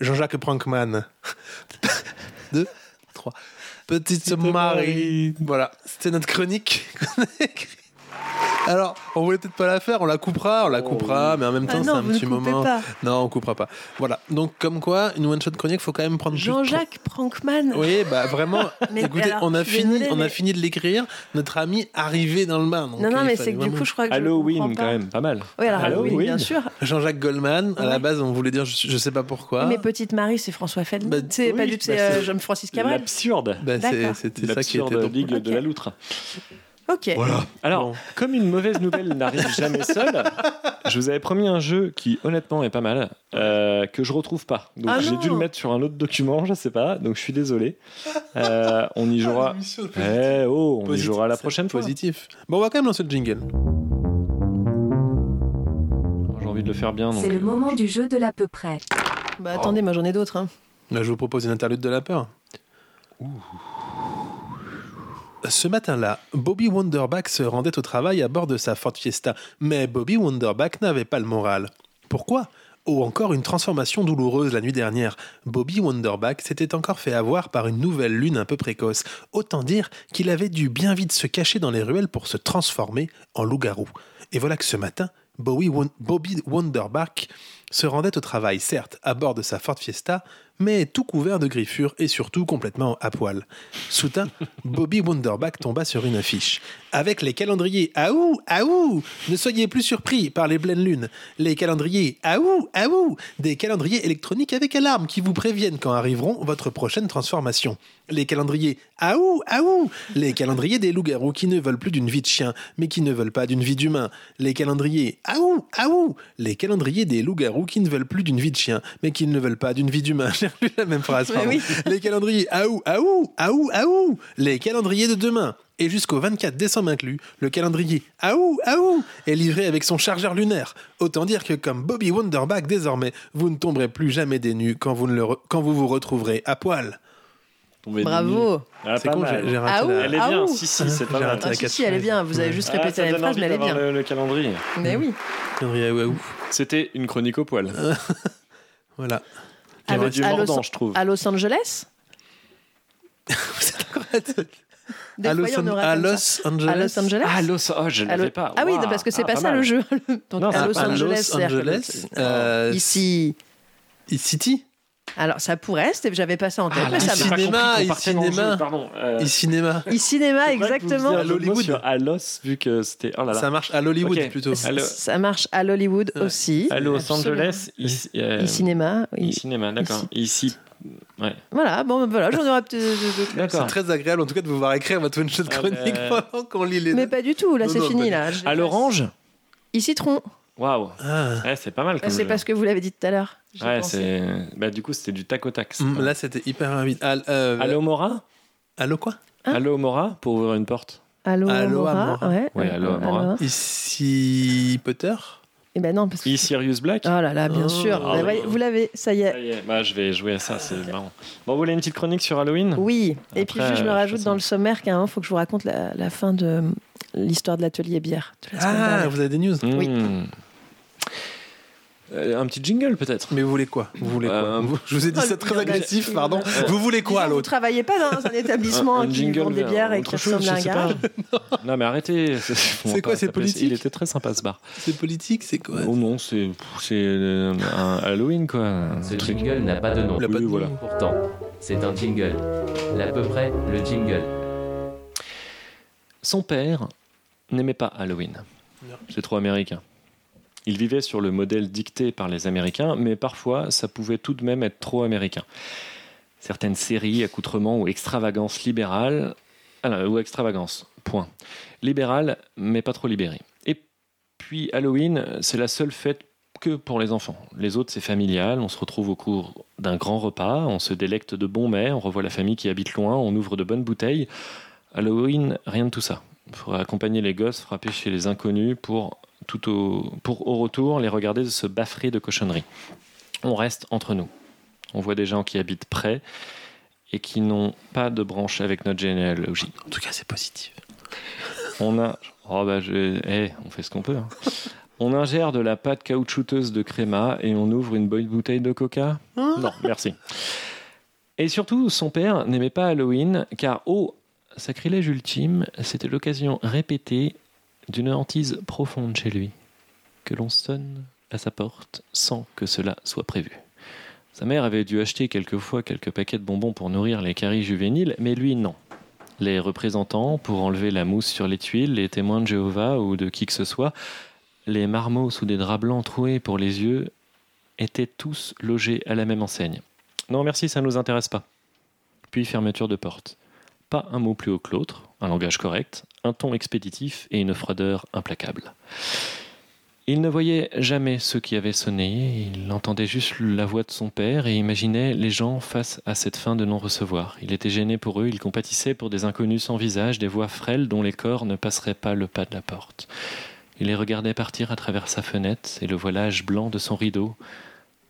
Jean-Jacques Prankman. Deux, trois. Petite Marie. Voilà, c'était notre chronique qu'on a écrite. Alors, on voulait peut-être pas la faire, on la coupera, on la coupera, mais en même temps,
Ah
c'est
non,
un
vous ne
petit
coupez
moment.
pas.
Non, on coupera pas. Voilà, donc comme quoi, une one-shot chronique, faut quand même prendre plus de temps.
Jean-Jacques Prankman.
Oui, bah vraiment,
Mais
écoutez,
alors,
on a,
je suis
fini,
désolée,
on a
mais-
fini de l'écrire, notre ami arrivé dans le bain. donc
Non, non,
il fallait
mais c'est que du
vraiment-
coup, je crois que. je comprends
Halloween,
pas.
quand même, pas mal.
Oui, alors
Halloween.
Halloween, bien sûr.
Jacques Goldman, à
Ouais.
la base, on voulait dire je, suis- je sais pas pourquoi.
Mais Petite Marie, c'est François Fellman.
Bah,
c'est
oui,
pas du tout,
bah,
c'est euh,
c'est-
Jean-Francis Cabrel.
L'absurde
Bah, c'est-
D'accord.
c'était ça qui était
L'absurde
drôle.
ligue de
Ok.
la loutre.
Ok.
Voilà.
Alors,
Bon.
comme une mauvaise nouvelle n'arrive jamais seule, je vous avais promis un jeu qui, honnêtement, est pas mal, euh, que je retrouve pas. Donc,
Ah
j'ai
non.
dû le mettre sur un autre document, je sais pas. Donc, je suis désolé. Euh, on y jouera. Eh oh, on y
Positif,
jouera la
c'est
prochaine fois.
Positif. Bon, on va quand même lancer le jingle.
J'ai envie de le faire bien. Donc.
C'est le moment du jeu de l'à peu près.
Bah, attendez, moi j'en ai d'autres. hein.
Là, je vous propose une interlude de la peur. Ce matin-là, Bobby Wonderback se rendait au travail à bord de sa Ford Fiesta, mais Bobby Wonderback n'avait pas le moral. Pourquoi Oh, encore une transformation douloureuse la nuit dernière. Bobby Wonderback s'était encore fait avoir par une nouvelle lune un peu précoce. Autant dire qu'il avait dû bien vite se cacher dans les ruelles pour se transformer en loup-garou. Et voilà que ce matin, Bowie Won- Bobby Wonderback se rendait au travail, certes, à bord de sa Ford Fiesta, mais tout couvert de griffures et surtout complètement à poil. Soudain, Bobby Wonderback tomba sur une affiche. Avec les calendriers Aou, Aou Ne soyez plus surpris par les pleines lunes. Les calendriers Aou, Aou Des calendriers électroniques avec alarme qui vous préviennent quand arriveront votre prochaine transformation. Les calendriers Aou, Aou Les calendriers des loups-garous qui ne veulent plus d'une vie de chien, mais qui ne veulent pas d'une vie d'humain. Les calendriers ah Aou, Aou Les calendriers des loups-garous qui ne veulent plus d'une vie de chien, mais qui ne veulent pas d'une vie d'humain. J'ai relu la même phrase.
Mais
pardon.
oui.
Les calendriers ah aou, aou, aou, aou, ah les calendriers de demain. Et jusqu'au 24 décembre inclus, le calendrier ah aou, aou est livré avec son chargeur lunaire. Autant dire que comme Bobby Wonderback désormais, vous ne tomberez plus jamais des nues quand vous, ne le re- quand vous vous retrouverez à poil.
Tomber des nues.
Bravo.
Ah,
C'est
pas
con,
mal.
j'ai j'ai raté
Aou,
la-
Elle est bien,
Aou.
si, si, c'est pas
J'ai
mal.
raté.
Ah, si, si, elle est bien. Vous avez juste
Ah,
répété
ça
Ah, la
donne
phrase,
envie
mais elle est
d'avoir
bien.
Le, le calendrier.
Mais oui.
Calendrier ah aou, aou.
C'était une chronique au poil.
Euh, Voilà.
Il y aurait
Los-
du
Ah, à Los-
mordant, je trouve.
À Los Angeles
Vous êtes encore là-dessus.
Des
à
fois,
Los,
il y en
An-
aura
à
comme
Los
ça.
Angeles.
À Los Angeles
Ah, Los oh, je
À
l'avais
Lo-
pas.
Ah oui,
Waouh.
parce que c'est
Ah,
pas, ça
mal.
le jeu. Donc,
Non,
à
c'est
Los
pas à
Angeles,
Los
c'est-à-dire que-
Angeles, euh,
Ici.
E City
Alors, ça pourrait, c'était- j'avais pas ça en tête,
Ah,
mais ça
c'est pas
marche.
compris
Cinéma,
qu'on
et
partait dans le jeu,
cinéma.
Pardon. euh,
E cinéma.
Ici, cinéma,
C'est vrai que vous faisiez
exactement.
un jeu de mots
Hollywood.
sur à Los, vu que c'était. Oh là là.
Ça marche à l'Hollywood
Ok.
Ah,
plutôt.
Allo-
Ça marche à l'Hollywood
Ouais.
aussi.
à Los
Absolument.
Angeles, ici. euh,
Ici, cinéma. oui.
ici, cinéma, d'accord. Ici. Ouais.
Voilà, bon, ben voilà, j'en aurais peut-être d'autres.
D'accord.
C'est très agréable en tout cas de vous voir écrire votre one shot
Ah,
chronique
bah.
pendant qu'on lit les.
Mais pas du tout, là,
Non,
c'est
non,
fini.
pas
Là. Je-
À l'orange
Il citron.
Waouh.
Ah.
Ouais, c'est pas mal
Ah,
comme
C'est
jeu.
parce que vous l'avez dit tout à l'heure. j'ai
Ouais,
pensé.
c'est. Bah, du coup, c'était du tac au tac.
Mm, Là, c'était hyper rapide. Al- euh,
Allo Mora
Allô, quoi
Hein
Allo Mora pour ouvrir une porte.
Allô,
Allô,
Amora.
Amora.
Ouais,
Ouais, allô, Amora.
Ici Potter
Et ben non, parce que.
E Sirius Black
Oh là là, bien
Oh.
sûr.
Ah
Bah,
oui.
voyez, vous l'avez, ça y
Ça
est.
y est, bah, je vais jouer à ça, c'est marrant. Bon, vous voulez une petite chronique sur Halloween
Oui. Et
Après,
puis, juste, je me
euh,
rajoute
je
dans le sommaire qu'à un moment, il faut que je vous raconte la, la fin de hum, l'histoire de l'atelier bière. de la semaine
Ah,
dernière.
vous avez des news
Mm.
Oui.
Hmm. Euh, un petit jingle peut-être.
Mais vous voulez quoi Vous voulez quoi Je vous ai dit
Ah,
ça
le
très
jingle.
agressif, pardon.
Ouais.
Vous voulez quoi à
Vous
l'autre
travaillez pas dans un établissement
Un- un
qui
jingle
vend des
vers
bières et
autre
qui
chose,
ressemble à un
je sais
garage.
Non mais arrêtez. C'est
quoi, c'est politique
Il était très sympa ce bar.
C'est politique, c'est quoi
Oh non, c'est c'est euh, un Halloween quoi. un
Ce
truc.
jingle n'a pas de nom.
Il a pas de
Oui, voilà.
nom.
Pourtant, c'est un jingle. L'à peu près, le jingle.
Son père n'aimait pas Halloween.
Non.
C'est trop américain. Il vivait sur le modèle dicté par les Américains, mais parfois ça pouvait tout de même être trop américain. Certaines séries, accoutrements ou extravagances libérales, ah non, ou extravagances, point. Libérales, mais pas trop libérées. Et puis Halloween, c'est la seule fête que pour les enfants. Les autres, c'est familial, on se retrouve au cours d'un grand repas, on se délecte de bons mets, on revoit la famille qui habite loin, on ouvre de bonnes bouteilles. Halloween, rien de tout ça. Il faudrait accompagner les gosses frapper chez les inconnus pour, tout au, pour au retour les regarder se baffrer de cochonneries. On reste entre nous. On voit des gens qui habitent près et qui n'ont pas de branche avec notre généalogie.
En tout cas, c'est positif.
On a. Oh bah je. eh, on fait ce qu'on peut. hein. On ingère de la pâte caoutchouteuse de créma et on ouvre une bonne bouteille de coca Non, merci. Et surtout, son père n'aimait pas Halloween car, oh, sacrilège ultime, c'était l'occasion répétée d'une hantise profonde chez lui. Que l'on sonne à sa porte sans que cela soit prévu. Sa mère avait dû acheter quelquefois quelques paquets de bonbons pour nourrir les caries juvéniles, mais lui non. Les représentants, pour enlever la mousse sur les tuiles, les témoins de Jéhovah ou de qui que ce soit, les marmots sous des draps blancs troués pour les yeux, étaient tous logés à la même enseigne. Non merci, ça ne nous intéresse pas. Puis fermeture de porte. Pas un mot plus haut que l'autre, un langage correct, un ton expéditif et une froideur implacable. Il ne voyait jamais ceux qui avaient sonné, il entendait juste la voix de son père et imaginait les gens face à cette fin de non-recevoir. Il était gêné pour eux, il compatissait pour des inconnus sans visage, des voix frêles dont les corps ne passeraient pas le pas de la porte. Il les regardait partir à travers sa fenêtre et le voilage blanc de son rideau,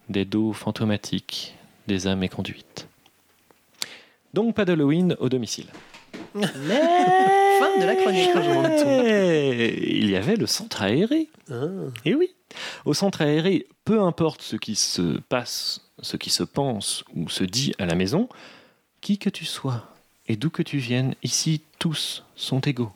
des dos fantomatiques, des âmes éconduites. Donc pas d'Halloween au domicile.
Fin de la chronique.
Hey Il y avait le centre aéré. Et oui. Au centre aéré, peu importe ce qui se passe, ce qui se pense ou se dit à la maison, qui que tu sois et d'où que tu viennes, ici tous sont égaux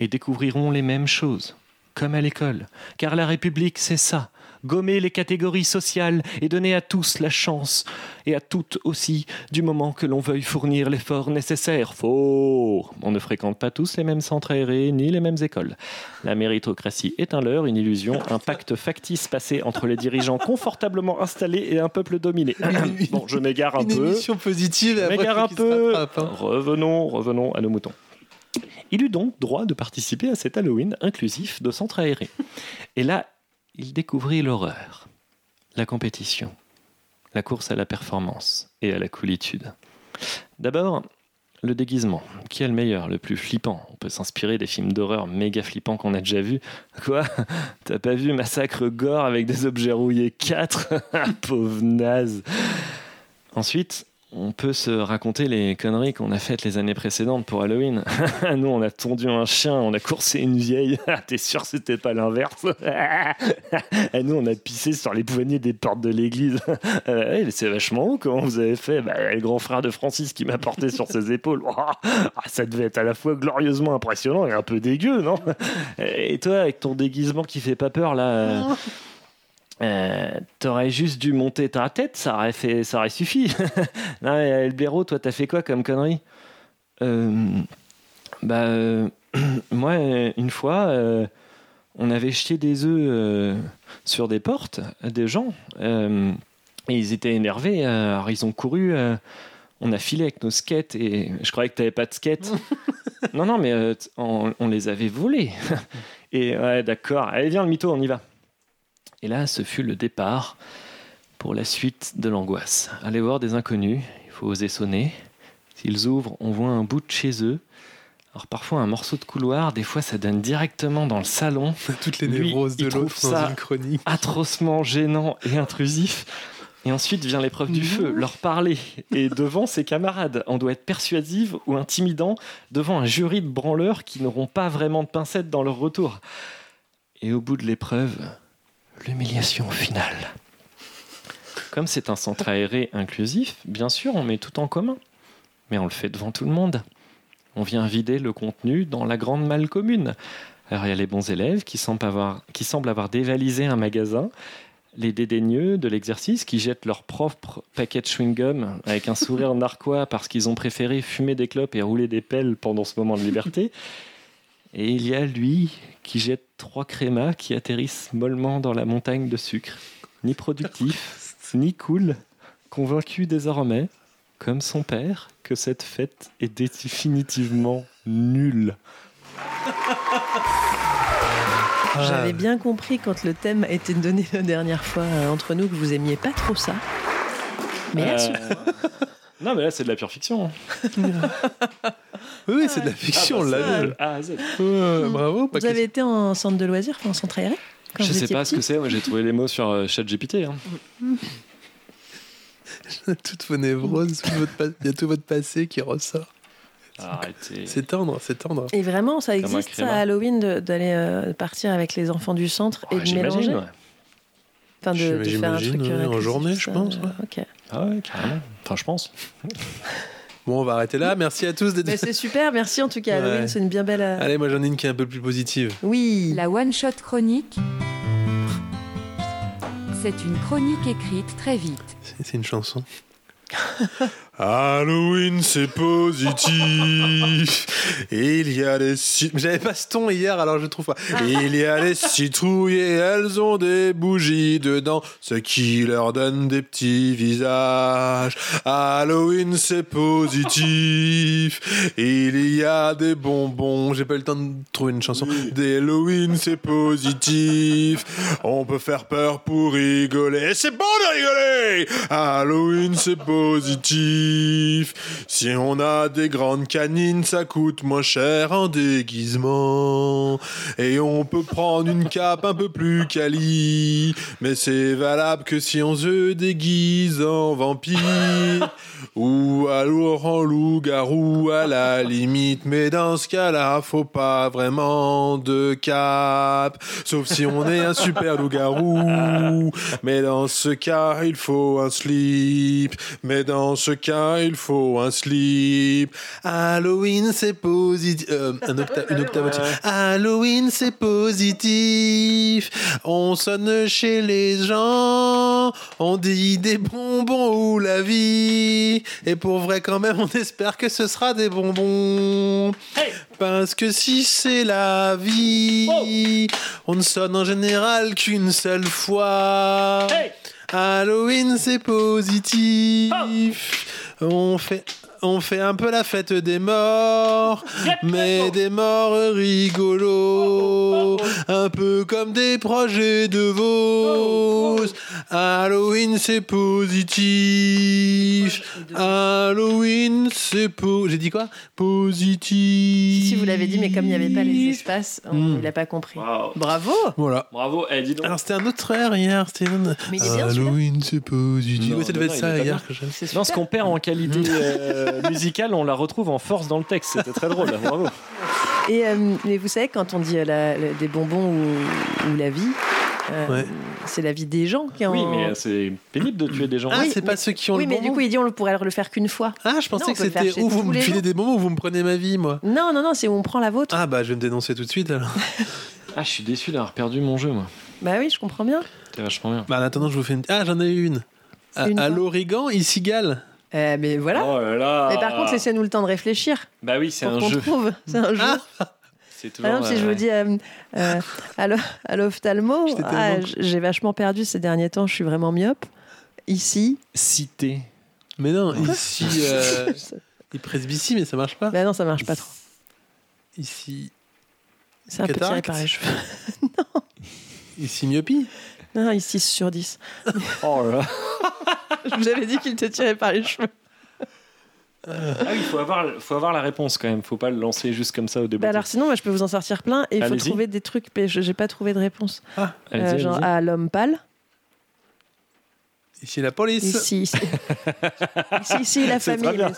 et découvriront les mêmes choses, comme à l'école. Car la République, c'est ça, gommer les catégories sociales et donner à tous la chance, et à toutes aussi, du moment que l'on veuille fournir l'effort nécessaire. Faux On ne fréquente pas tous les mêmes centres aérés, ni les mêmes écoles. La méritocratie est un leurre, une illusion, un pacte factice passé entre les dirigeants confortablement installés et un peuple dominé. bon, je m'égare un
Une
peu.
émission positive. et
Je
après,
m'égare un
faut qu'il se
peu.
rattrape, hein.
Revenons, revenons à nos moutons. Il eut donc droit de participer à cet Halloween inclusif de centre aéré. Et là, il découvrit l'horreur, la compétition, la course à la performance et à la coolitude. D'abord, le déguisement. Qui est le meilleur, le plus flippant On peut s'inspirer des films d'horreur méga flippants qu'on a déjà vus. Quoi T'as pas vu Massacre Gore avec des objets rouillés 4 Pauvre naze Ensuite, on peut se raconter les conneries qu'on a faites les années précédentes pour Halloween. Nous, on a tondu un chien, on a coursé une vieille. T'es sûr que c'était pas l'inverse Et nous, on a pissé sur les poignées des portes de l'église. Euh, ouais, mais c'est vachement haut, comment vous avez fait Bah, Le grand frère de Francis qui m'a porté sur ses épaules. Ouah, ah, ça devait être à la fois glorieusement impressionnant et un peu dégueu, non Euh, Et toi, avec ton déguisement qui fait pas peur, là euh, euh, T'aurais juste dû monter ta tête, ça aurait, fait, ça aurait suffi. non, mais euh, le blaireau, toi, t'as fait quoi comme connerie Euh, Bah, euh, moi, euh, une fois, euh, on avait jeté des œufs euh, sur des portes euh, des gens. euh, et ils étaient énervés. euh, alors, ils ont couru. euh, on a filé avec nos skates et je croyais que t'avais pas de skate. non, non, mais euh, t- on, on les avait volés. et ouais, d'accord. Allez, viens, le mytho, on y va. Et là, ce fut le départ pour la suite de l'angoisse. Aller voir des inconnus, il faut oser sonner. S'ils ouvrent, on voit un bout de chez eux. Alors parfois un morceau de couloir, des fois ça donne directement dans le salon.
Toutes les
Lui,
névroses de
il trouve
l'autre dans
ça
une chronique.
atrocement gênant et intrusif. Et ensuite vient l'épreuve du feu, leur parler. Et devant ses camarades, on doit être persuasive ou intimidant devant un jury de branleurs qui n'auront pas vraiment de pincettes dans leur retour. Et au bout de l'épreuve, l'humiliation finale. Comme c'est un centre aéré inclusif, bien sûr, on met tout en commun. Mais on le fait devant tout le monde. On vient vider le contenu dans la grande malle commune. Alors il y a les bons élèves qui semblent avoir, qui semblent avoir dévalisé un magasin, les dédaigneux de l'exercice qui jettent leur propre paquet de chewing-gum avec un sourire narquois parce qu'ils ont préféré fumer des clopes et rouler des pelles pendant ce moment de liberté. Et il y a lui qui jette trois crémas qui atterrissent mollement dans la montagne de sucre. Ni productif, ni cool, convaincu désormais, comme son père, que cette fête est définitivement nulle.
J'avais
Ah.
bien compris quand le thème a été donné la dernière fois euh, entre nous que vous aimiez pas trop ça. Mais là,
Euh,
ce-
Non, mais là, c'est de la pure fiction. hein.
Oui, oui, c'est de la fiction,
Ah, bah,
on l'a
ça,
vu.
de A à Z.
Euh, bravo, pas
vous avez été en centre de loisirs, enfin, en centre aéré quand
Je
vous
sais
étiez
pas ce que
petit
c'est, moi j'ai trouvé les mots sur euh, ChatGPT. hein.
question. Toutes vos névroses, tout votre pa- il y a tout votre passé qui ressort.
Arrêtez.
C'est tendre, c'est tendre.
Et vraiment, ça
Comme un
existe ça,
créma.
à Halloween de- d'aller euh, partir avec les enfants du centre et
Ouais,
de
Ah, J'imagine,
mélanger
ouais.
Enfin, de, de faire un
J'imagine,
truc.
ouais,
euh,
en
réclusif,
journée, je
ça,
pense.
euh,
ouais.
Ok.
Ah ouais, carrément. Enfin, je pense.
Bon, on va arrêter là. Merci à tous d'être
Mais c'est super, merci en tout cas. Halloween,
Ouais.
c'est une bien belle. euh,
Allez, moi j'en ai une qui est un peu plus positive.
Oui.
La One Shot Chronique. C'est une chronique écrite très vite.
C'est- C'est une chanson. Halloween, c'est positif. Il y a des cit- J'avais pas ce ton hier, alors je trouve pas. Il y a des citrouilles et elles ont des bougies dedans, ce qui leur donne des petits visages. Halloween, c'est positif. Il y a des bonbons. J'ai pas eu le temps de trouver une chanson. D'Halloween, c'est positif. On peut faire peur pour rigoler. Et c'est bon de rigoler! Halloween, c'est positif. Si on a des grandes canines, ça coûte moins cher en déguisement. Et on peut prendre une cape un peu plus quali. Mais c'est valable que si on se déguise en vampire. Ou alors en loup-garou à la limite. Mais dans ce cas-là, faut pas vraiment de cap. Sauf si on est un super loup-garou. Mais dans ce cas, il faut un slip. Mais dans ce cas, il faut un slip. Halloween, c'est positif. Euh, un octa- une octave au-dessus. Halloween, c'est positif. On sonne chez les gens. On dit des bonbons ou la vie. Et pour vrai, quand même, on espère que ce sera des bonbons. Parce que si c'est la vie, on ne sonne en général qu'une seule fois. Halloween, c'est positif. On fait. On fait un peu la fête des morts, mais des morts rigolos, un peu comme des projets de Vos. Halloween, c'est positif. Halloween, c'est po... J'ai dit quoi Positif.
Si vous l'avez dit, mais comme il n'y avait pas les espaces, on-
Mm.
il n'a pas compris.
Bravo Voilà.
Bravo, eh, dis donc.
Ah,
Alors c'était un autre air hier, c'était un...
Mais il est bien, celui-là.
Halloween, c'est positif.
Non,
Ouais, ça
non,
devait
non,
être
il
ça
est pas
hier
bien.
que j'avais.
Non, ce qu'on perd en qualité euh, musicale, on la retrouve en force dans le texte. C'était très drôle, hein, bravo.
Et euh, mais vous savez, quand on dit euh, la- le- des bonbons ou, ou la vie, euh,
Ouais.
c'est la vie des gens qui en.
Oui, mais euh, c'est pénible de tuer des gens.
Ah, Oui, c'est pas mais-
ceux qui ont
Oui, mais du coup, il dit on le pourrait le faire qu'une fois.
Ah, je pensais que c'était où
où
vous me filez des bonbons ou vous me prenez ma vie, moi.
Non, non, non, c'est où on prend la vôtre.
Ah bah je vais me dénoncer tout de suite alors.
Ah, je suis déçu d'avoir perdu mon jeu, moi.
Bah oui, je comprends bien.
C'était vachement bien.
Bah en attendant, je vous fais une... Ah, j'en ai eu une.
Ah,
À,
Une
à
quoi
l'Origan, ici Galles.
Eh, mais voilà.
Oh là là.
Mais par contre, laissez-nous le temps de réfléchir.
Bah oui, c'est
pour
un
qu'on
jeu. Ah,
trouve. C'est un jeu.
C'est toujours.
Par exemple, si
euh,
je vous
ouais.
dis euh, euh, à l'o- à l'ophtalmo,
J'étais tellement
ah,
con.
j- j'ai vachement perdu ces derniers temps, je suis vraiment myope. Ici.
Cité.
Mais non, ici... Euh... il presbytie, mais ça marche pas.
Bah non, ça marche pas trop.
Ici...
C'est un peu tiré
cataracte
par les cheveux.
Ici myopie
Non, ici, 6 sur 10.
Oh là
je vous avais dit qu'il était tiré par les cheveux.
Ah oui, faut avoir, faut avoir la réponse quand même. Faut pas le lancer juste comme ça au début.
Bah alors sinon, moi, je peux vous en sortir plein et il faut
Allez-y.
trouver des trucs, mais je- j'ai pas trouvé de réponse. Euh,
Ah,
allez-y,
genre
allez-y.
à l'homme pâle.
Ici la police.
Ici, ici. Ici, ici, la
C'est très
famille.
bien.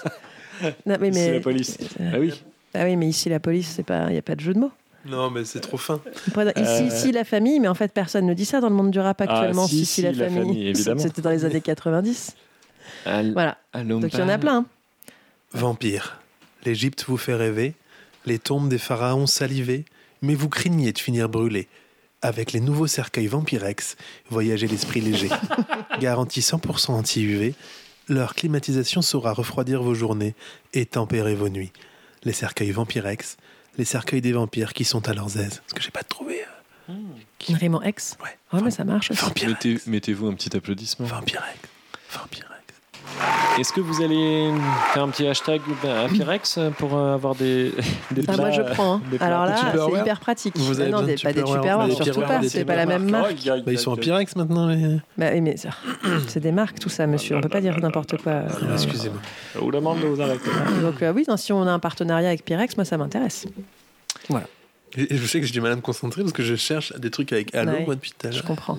mais- Non, mais, mais-
police. Ah oui.
Ah oui, mais ici, la police, c'est pas, il n'y a pas de jeu de mots.
Non, mais c'est trop fin.
Pas
Euh,
dans- Ici, ici, la famille, mais en fait, personne ne dit ça dans le monde du rap actuellement.
Ah, si, si,
la,
la
famille.
famille, évidemment.
C'était dans les années 90. Voilà. Donc, il y en a plein. hein.
Vampires, l'Égypte vous fait rêver, les tombes des pharaons salivées, mais vous craignez de finir brûlé. Avec les nouveaux cercueils Vampirex, voyagez l'esprit léger. Garantie 100% anti-UV, leur climatisation saura refroidir vos journées et tempérer vos nuits. Les cercueils Vampirex, les cercueils des vampires qui sont à leurs aises. Parce que j'ai pas trouvé. euh,
Raymond X. Ouais, Ah, Oh, mais ça marche. aussi.
Mettez- Mettez-vous un petit applaudissement.
Vampirex.
Est-ce que vous allez faire un petit hashtag bah, Vampirex pour euh, avoir des, des
Ah, moi, je prends, hein.
des plats-
Alors là,
des
c'est
Tupperware
hyper pratique.
Vous
Ah
avez
non,
besoin
des-
de
pas des
Tupperware,
Tupperware,
mais
surtout
Tupperware,
pas.
des
C'est pas la
Tupperware.
même marque.
Oh, y a- y a-
Bah, ils sont
y a-
en Pyrex maintenant. euh, Les...
Bah oui, mais ça- c'est des marques, tout ça, monsieur. On peut pas dire n'importe quoi. Euh,
Excusez-moi.
Ou demande de vous arrêter.
Donc euh, oui, non, si on a un partenariat avec Pyrex, moi ça m'intéresse. Voilà.
Et- et je sais que j'ai du mal à me concentrer parce que je cherche des trucs avec Halo
Ouais,
moi depuis tout à l'heure.
Je comprends.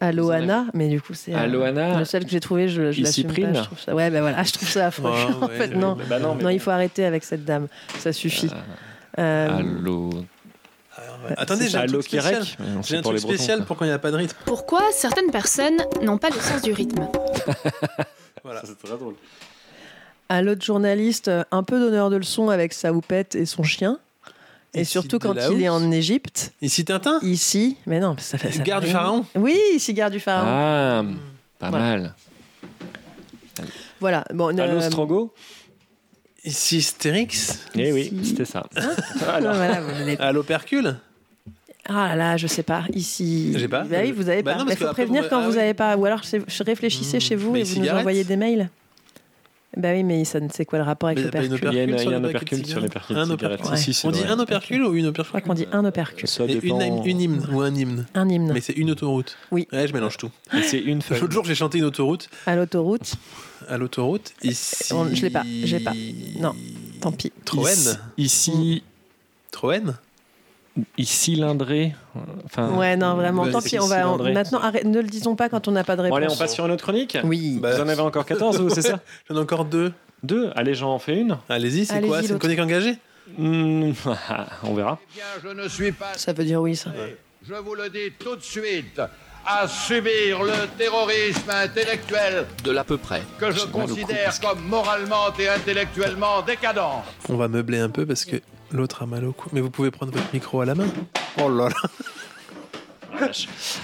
Allo Anna, mais du coup c'est euh,
Allo Anna
le seul que j'ai trouvé, je, je
Ici
l'assume
Prime.
pas. Je trouve ça... Ouais, ben voilà, je trouve ça affreux.
Ah,
en
ouais,
fait,
ouais,
non,
ouais. Bah non,
non,
mais
il faut arrêter avec cette dame, ça suffit. Euh,
Allô.
Ouais, Attendez, j'ai un
Allo
truc spécial,
Kirek Ouais, on
J'ai
sait
un
pour
truc
les Bretons,
spécial
quoi.
pour quand il n'y a pas de rythme.
Pourquoi certaines personnes n'ont pas le sens du rythme
Voilà.
C'est très drôle.
à l'autre journaliste euh, un peu donneur de leçons avec sa houppette et son chien. Et
Ici,
surtout quand
Delahaye.
il est en Égypte.
Ici Tintin
Ici, mais non, ça fait ça
Gare
fait
du
rien.
Pharaon
Oui, ici Gare du Pharaon.
Ah, pas
Voilà.
mal.
Voilà. Bon,
Allô,
euh,
Strogo
Ici Stérix
Eh oui, c'était ça.
Voilà. Voilà, vous l'avez-
Allô Percule
Ah là là, je sais pas. Ici.
J'ai pas.
Bah oui, vous avez
Bah
pas.
non,
Il
parce
faut
que après,
prévenir
vous-
quand
ah
vous
oui. Hmm,
avez pas. Ou alors c'est- je- réfléchissez chez vous
mais
et vous nous
cigarette
envoyez des mails. Bah oui, mais ça ne sait quoi le rapport avec
Mais y
le
a pas une
percule.
Il y a, une-
Percule
il
sur
y a
le
un
paquet de
opercule sur les
cigarettes.
percules
Un
de cigarettes.
opercule.
Si, si, c'est
On dit
vrai.
un opercule ou une
Je
opercule
crois qu'on dit un opercule.
Ça
Et
dépend.
une, hymne- une hymne ou un hymne.
Un hymne.
Mais c'est une autoroute.
Oui.
Ouais, je mélange tout.
Et C'est une feuille.
L'autre jour, j'ai chanté une autoroute.
À l'autoroute.
À l'autoroute, ici.
On- Je l'ai pas. Je l'ai pas. Non. Tant pis.
Troène
Ici,
Troène
ici Lindré. Enfin,
Ouais, non, vraiment.
bah,
Tant
c'est
pis. On va on-
cylindré.
maintenant. arrête- Ne le disons pas quand on n'a pas de
Bon,
réponse.
allez, on passe sur une autre chronique
Oui.
Vous en avez encore 14, vous, c'est ça
Bah, J'en ai encore deux.
Deux Allez, j'en fais une
Allez-y, c'est
Allez-y,
quoi C'est une
l'autre.
chronique engagée
Hmm, On verra.
Je ne suis pas,
Ça veut dire oui, ça.
je vous le dis tout de suite, à subir le terrorisme intellectuel
De l'à peu près.
que je considère comme moralement et intellectuellement décadent.
On va meubler un peu parce que l'autre a mal au cou. Mais vous pouvez prendre votre micro à la main. Oh là là
Ah,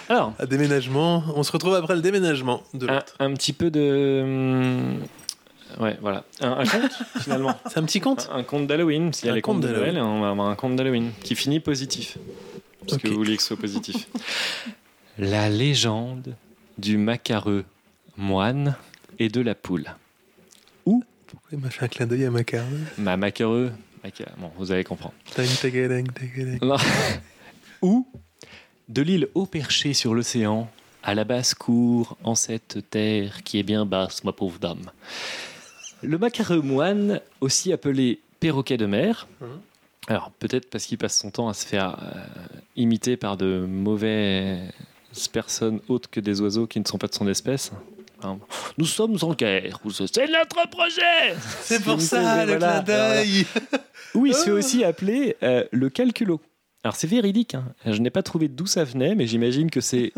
Alors,
À déménagement. On se retrouve après le déménagement de
un,
l'autre.
un petit peu de. hum, Ouais, voilà. Un, un conte, finalement.
C'est un petit compte
Un, un conte d'Halloween. S'il y a
Un
les contes
conte
de Noël,
d'Halloween.
on va avoir un conte d'Halloween qui finit positif. Parce que
Ok.
vous voulez que ce soit positif. la légende du macareux moine et de la poule.
Pourquoi il m'a fait un clin d'œil à ma carte
Ma macareux. maca- Bon, vous allez comprendre.
Tang, tagadang, tagadang.
Non. Ou de l'île haut perchée sur l'océan, à la basse cour, en cette terre qui est bien basse, ma pauvre dame. Le macareux moine, aussi appelé perroquet de mer,
Mhm.
alors peut-être parce qu'il passe son temps à se faire euh, imiter par de mauvaises personnes autres que des oiseaux qui ne sont pas de son espèce. Hein. Nous sommes en guerre, ou ce- c'est notre projet
C'est pour
Imiter,
ça
mais
le
voilà,
clin d'œil
oui, il se fait aussi appeler euh, le calculo. Alors c'est véridique, hein. je n'ai pas trouvé d'où ça venait, mais j'imagine que c'est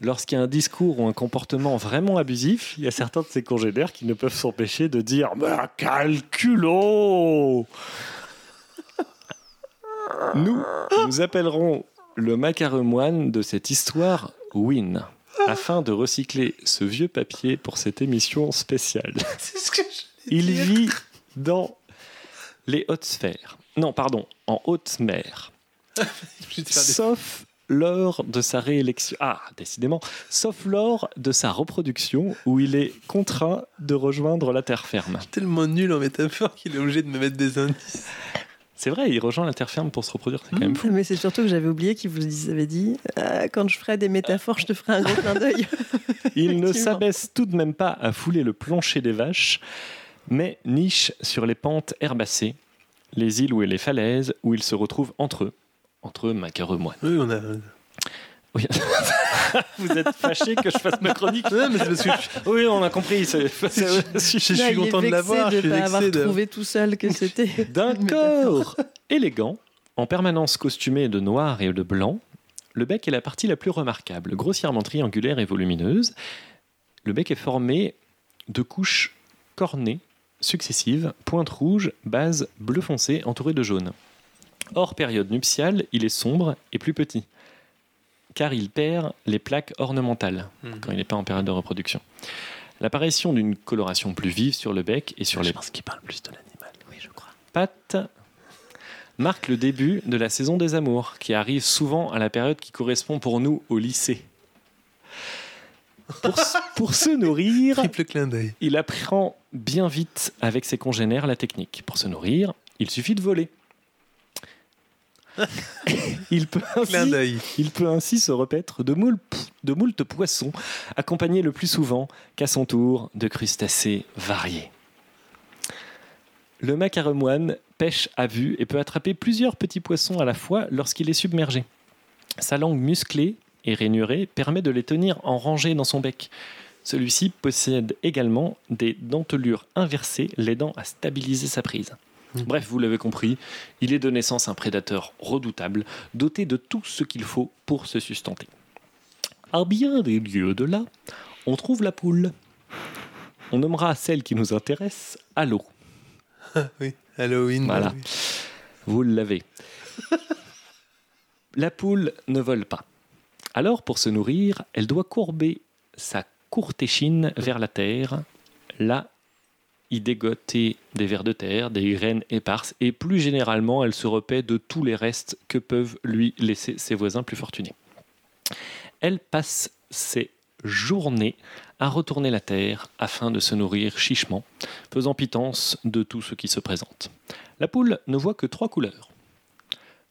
lorsqu'il y a un discours ou un comportement vraiment abusif, il y a certains de ces congénères qui ne peuvent s'empêcher de dire bah, « calculo !» Nous, nous appellerons le macareux moine de cette histoire « Win » afin de recycler ce vieux papier pour cette émission spéciale.
C'est ce que je
Il vit dans les hautes sphères. Non, pardon, en haute mer.
J'ai dû faire des-
Sauf lors de sa réélection. Ah, décidément. Sauf lors de sa reproduction où il est contraint de rejoindre la terre ferme.
tellement nul en métaphore qu'il est obligé de me mettre des indices.
C'est vrai, il rejoint la terre ferme pour se reproduire, c'est quand même fou.
Mais c'est surtout que j'avais oublié qu'il vous avait dit euh, quand je ferai des métaphores, je te ferai un gros clin d'œil.
Il ne
Effectivement.
s'abaisse tout de même pas à fouler le plancher des vaches, mais niche sur les pentes herbacées, les îles ou les falaises où ils se retrouvent entre eux, entre eux macareux moines.
Oui, on a.
Oui. Vous êtes fâché que je fasse ma chronique
Non, mais c'est parce que je-
Oui, on a compris. c'est-
Je- je-
Là,
suis
il
content de
est vexé
l'avoir, je suis
de pas
vexé
avoir
de-
trouvé tout seul que c'était.
D'un corps élégant, en permanence costumé de noir et de blanc, le bec est la partie la plus remarquable, grossièrement triangulaire et volumineuse. Le bec est formé de couches cornées successives, pointe rouge, base bleu foncé, entourée de jaune. Hors période nuptiale, il est sombre et plus petit, car il perd les plaques ornementales
Mhm.
quand il n'est pas en période de reproduction. L'apparition d'une coloration plus vive sur le bec et sur les... Je pense qu'il parle plus de l'animal. Oui, je crois. Pattes marque le début de la saison des amours, qui arrive souvent à la période qui correspond pour nous au lycée. Pour, s- pour se nourrir, il apprend bien vite avec ses congénères la technique. Pour se nourrir, il suffit de voler. il, peut ainsi, il peut ainsi se repaître de moult, de moult poissons, accompagné le plus souvent, qu'à son tour, de crustacés variés. Le macaremoine pêche à vue et peut attraper plusieurs petits poissons à la fois lorsqu'il est submergé. Sa langue musclée et rainurée permet de les tenir en rangée dans son bec. Celui-ci possède également des dentelures inversées l'aidant à stabiliser sa prise. Bref, vous l'avez compris, il est de naissance un prédateur redoutable, doté de tout ce qu'il faut pour se sustenter. À bien des lieux de là, on trouve la poule. On nommera celle qui nous intéresse Halo.
oui, Halloween. bah
Voilà.
oui.
Vous l'avez. La poule ne vole pas. Alors, pour se nourrir, elle doit courber sa courte échine vers la terre. Là, y dégoter des vers de terre, des graines éparses, et plus généralement, elle se repaît de tous les restes que peuvent lui laisser ses voisins plus fortunés. Elle passe ses journées à retourner la terre afin de se nourrir chichement, faisant pitance de tout ce qui se présente. La poule ne voit que trois couleurs.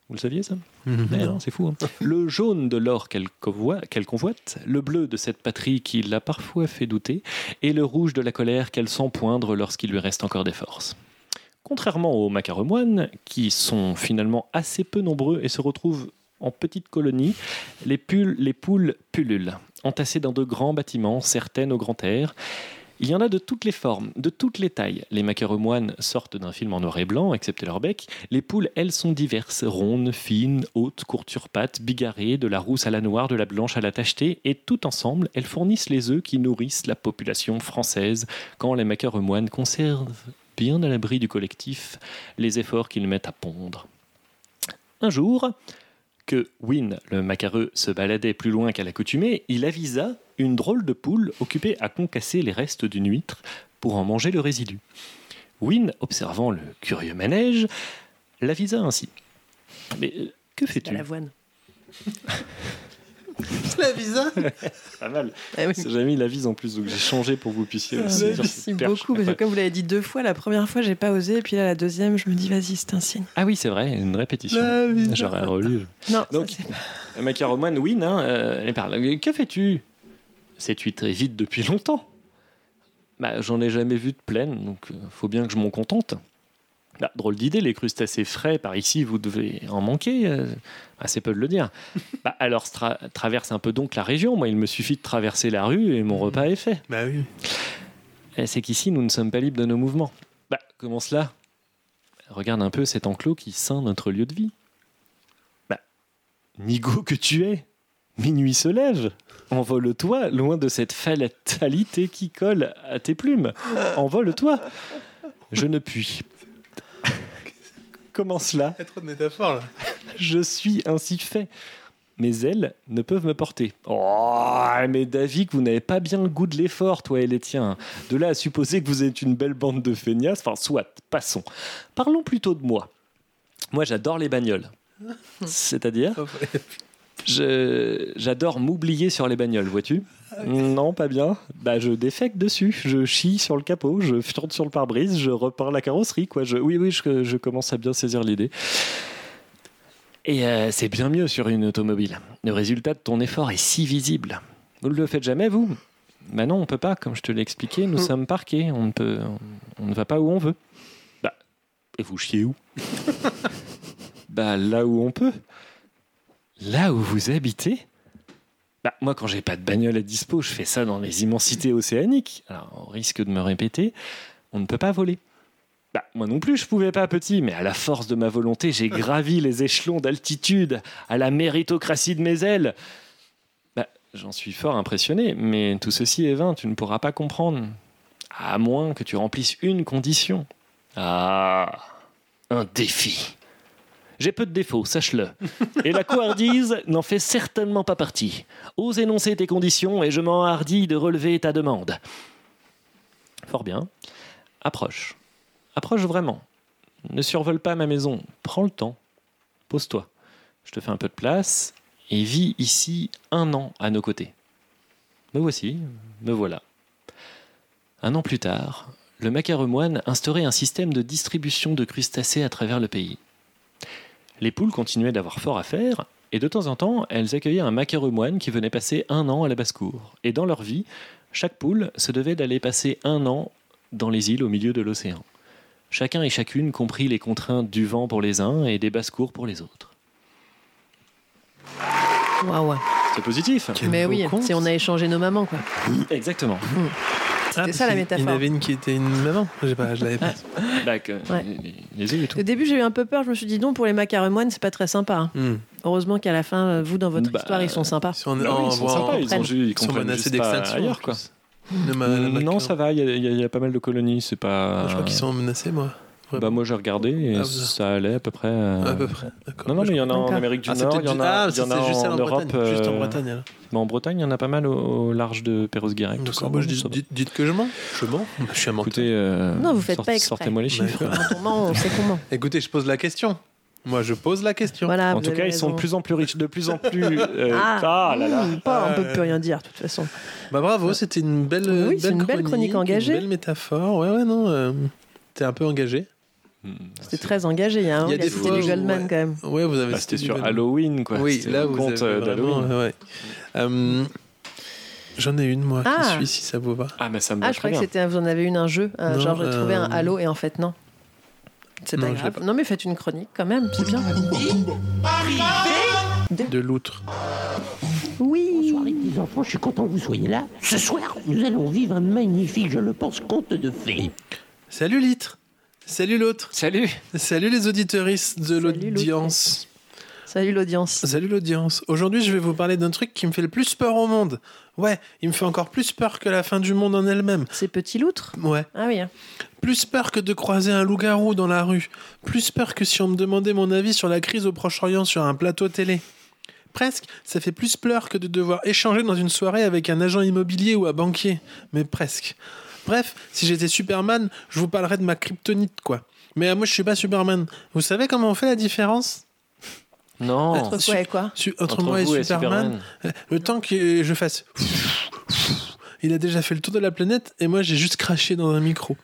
Vous le saviez ça
Mhm.
Mais non, c'est fou. hein. Le jaune de l'or qu'elle convoi- qu'elle convoite, le bleu de cette patrie qui l'a parfois fait douter, et le rouge de la colère qu'elle sent poindre lorsqu'il lui reste encore des forces. Contrairement aux macaremoines, qui sont finalement assez peu nombreux et se retrouvent en petites colonies, les, pul- les poules pullulent, entassées dans de grands bâtiments, certaines au grand air. Il y en a de toutes les formes, de toutes les tailles. Les macaremoines sortent d'un film en noir et blanc, excepté leur bec. Les poules, elles, sont diverses, rondes, fines, hautes, courtes sur pattes, bigarrées, de la rousse à la noire, de la blanche à la tachetée, et tout ensemble, elles fournissent les œufs qui nourrissent la population française quand les macaremoines conservent bien à l'abri du collectif les efforts qu'ils mettent à pondre. Un jour, que Wynne, le macareux, se baladait plus loin qu'à l'accoutumée, il avisa une drôle de poule occupée à concasser les restes d'une huître pour en manger le résidu. Wynne, observant le curieux manège, l'avisa ainsi. Mais euh, que fais-tu
l'avoine.
La visa
Pas mal.
Ah
J'ai mis l'avise en plus, donc j'ai changé pour que vous puissiez. aussi dire
Merci
cette perche.
beaucoup, parce que comme vous l'avez dit deux fois, la première fois j'ai pas osé, et puis là la deuxième, je me dis vas-y, c'est un signe.
Ah oui, c'est vrai, une répétition.
Bah
La vie.
J'aurais relu.
Non,
Donc, la macaromane, Euh, oui, non, euh, elle parle. Que fais-tu Cette huître est vide depuis longtemps. Bah, j'en ai jamais vu de pleine, donc euh, faut bien que je m'en contente. Bah, drôle d'idée, les crustacés frais par ici, vous devez en manquer. euh, assez peu de le dire. Bah, alors, stra- traverse un peu donc la région. Moi, il me suffit de traverser la rue et mon repas est fait.
Bah oui.
Eh, C'est qu'ici, nous ne sommes pas libres de nos mouvements. Bah, comment cela Regarde un peu cet enclos qui ceint notre lieu de vie. Bah, Nigo que tu es Minuit se lève Envole-toi loin de cette fatalité qui colle à tes plumes. Envole-toi Je ne puis. Comment cela
Il y a trop de métaphores là.
je suis ainsi fait. Mes ailes ne peuvent me porter. Oh, mais David, vous n'avez pas bien le goût de l'effort, toi et les tiens. De là à supposer que vous êtes une belle bande de feignasses, enfin, soit, passons. Parlons plutôt de moi. Moi, j'adore les bagnoles. C'est-à-dire Je- J'adore m'oublier sur les bagnoles, vois-tu Non, pas bien. Bah, je défecte dessus, je chie sur le capot, je tourne sur le pare-brise, je repars la carrosserie, quoi. Je, oui, oui, je- je commence à bien saisir l'idée. Et euh, c'est bien mieux sur une automobile. Le résultat de ton effort est si visible. Vous ne le faites jamais, vous Bah non, on peut pas, comme je te l'ai expliqué, nous sommes parqués, on ne, peut, on, on ne va pas où on veut. Bah, et vous chiez où Bah là où on peut. Là où vous habitez Bah, moi, quand j'ai pas de bagnole à dispo, je fais ça dans les immensités océaniques. Alors, on risque de me répéter, on ne peut pas voler. Bah, moi non plus, je pouvais pas petit, mais à la force de ma volonté, j'ai gravi les échelons d'altitude, à la méritocratie de mes ailes. Bah, j'en suis fort impressionné, mais tout ceci est vain, tu ne pourras pas comprendre. À moins que tu remplisses une condition. Ah, un défi. J'ai peu de défauts, sache-le. Et la couardise n'en fait certainement pas partie. Ose énoncer tes conditions et je m'enhardis de relever ta demande. Fort bien. Approche. Approche vraiment. Ne survole pas ma maison. Prends le temps. Pose-toi. Je te fais un peu de place et vis ici un an à nos côtés. Me voici, me voilà. Un an plus tard, le macaremoine instaurait un système de distribution de crustacés à travers le pays. Les poules continuaient d'avoir fort à faire, et de temps en temps, elles accueillaient un macaremoine qui venait passer un an à la basse-cour. Et dans leur vie, chaque poule se devait d'aller passer un an dans les îles au milieu de l'océan. Chacun et chacune comprit les contraintes du vent pour les uns et des basses-cours pour les autres.
Waouh.
C'est positif.
Mais oui, c'est on a échangé nos mamans, quoi.
Exactement. Ah,
C'était ça la métaphore.
Ah, Il y
Ah.
en avait une qui était une maman. J'ai pas, je l'avais pas.
Bah, que-
Ouais.
les- les îles et tout.
Au début, j'ai eu un peu peur. Je me suis dit, non, pour les macaremoines, c'est pas très sympa. hein. Heureusement qu'à la fin, euh, vous, dans votre
Bah,
histoire, ils sont sympas.
Hmm. on-
Bah oui, ils sont
voit-
sympas,
Ah. ils
ils, ont
comprennent.
ju- ils
Ils sont
comprennent
menacés
juste pas
d'extinction,
ailleurs,
en
quoi.
Le ma- le macaron.
Mm, non, ça va, il y, a- il y a- il y a pas mal de colonies, c'est pas.
Je crois qu'ils sont menacés, moi.
Bah, moi j'ai regardé et
Ah, vous-
ça allait à peu près. euh,
À peu près. D'accord.
Non, non, mais il y en a en
D'accord.
Amérique du
Ah, c'est
Nord, il
peut-être
y en a,
ah,
il y
ça,
en a
c'est juste
en
en
Europe.
Bretagne, juste en
euh,
Bretagne, alors.
Mais en Bretagne, il y en a pas mal au, au large de Perros-Guirec. tout ça.
Bah, je
Bon,
dis-
ça va.
dites, dites que je mens. Je mens. Je suis un menteur.
Écoutez, euh,
Non, vous faites
sorte-
pas exprès.
Sortez-moi les chiffres.
Quand on ment, on sait qu'on ment.
Écoutez, je pose la question. Moi, je pose la question.
Voilà,
En
Ah, vous
tout cas,
avez
ils sont
raison.
de plus en plus riches, de plus en plus. euh,
Ah,
ah, là là.
mm, pas, on peut plus rien dire, de toute façon.
Bah bravo, c'était une belle,
Oui,
belle
c'est une belle chronique engagée.
Une belle métaphore. Ouais, ouais, non. euh, T'es un peu engagé.
C'était très engagé. hein. Il y a un
Il y a
qui a
des
cité
fois
les
où-
Goldman, quand même.
Ouais, vous avez.
Hmm. Bah, c'était
du
sur
bel-
Halloween, quoi.
Oui,
C'était
là,
le
vous
conte,
avez
euh,
vraiment,
d'Halloween.
ouais. Euh, J'en ai une moi
Ah.
qui suis si ça vous va.
Ah, mais ça me
Ah, je croyais que c'était, vous en avez une, un jeu. un
Non,
genre, j'ai trouvé
euh,
un halo et en fait, non. C'est
Non,
pas
je l'ai
grave. Non, mais faites une chronique quand même, c'est bien.
de l'outre.
Oui.
Bonsoir les enfants, je suis content que vous soyez là. Ce soir, nous allons vivre un magnifique, je le pense, conte de fées.
Salut l'itre. Salut l'autre.
Salut.
Salut les auditeuristes de l'audience.
Salut l'audience.
Salut l'audience. Aujourd'hui, je vais vous parler d'un truc qui me fait le plus peur au monde. Ouais, il me fait encore plus peur que la fin du monde en elle-même.
C'est petit loutre
Ouais.
Ah oui. hein.
Plus peur que de croiser un loup-garou dans la rue. Plus peur que si on me demandait mon avis sur la crise au Proche-Orient sur un plateau télé. Presque, ça fait plus peur que de devoir échanger dans une soirée avec un agent immobilier ou un banquier. Mais presque. Bref, si j'étais Superman, je vous parlerais de ma kryptonite, quoi. Mais euh, moi, je suis pas Superman. Vous savez comment on fait la différence
Non.
Oh,
Entre quoi et quoi
Su- entre,
Entre
moi et
vous
Superman,
et Superman.
euh, le temps que je fasse. Il a déjà fait le tour de la planète et moi j'ai juste craché dans un micro.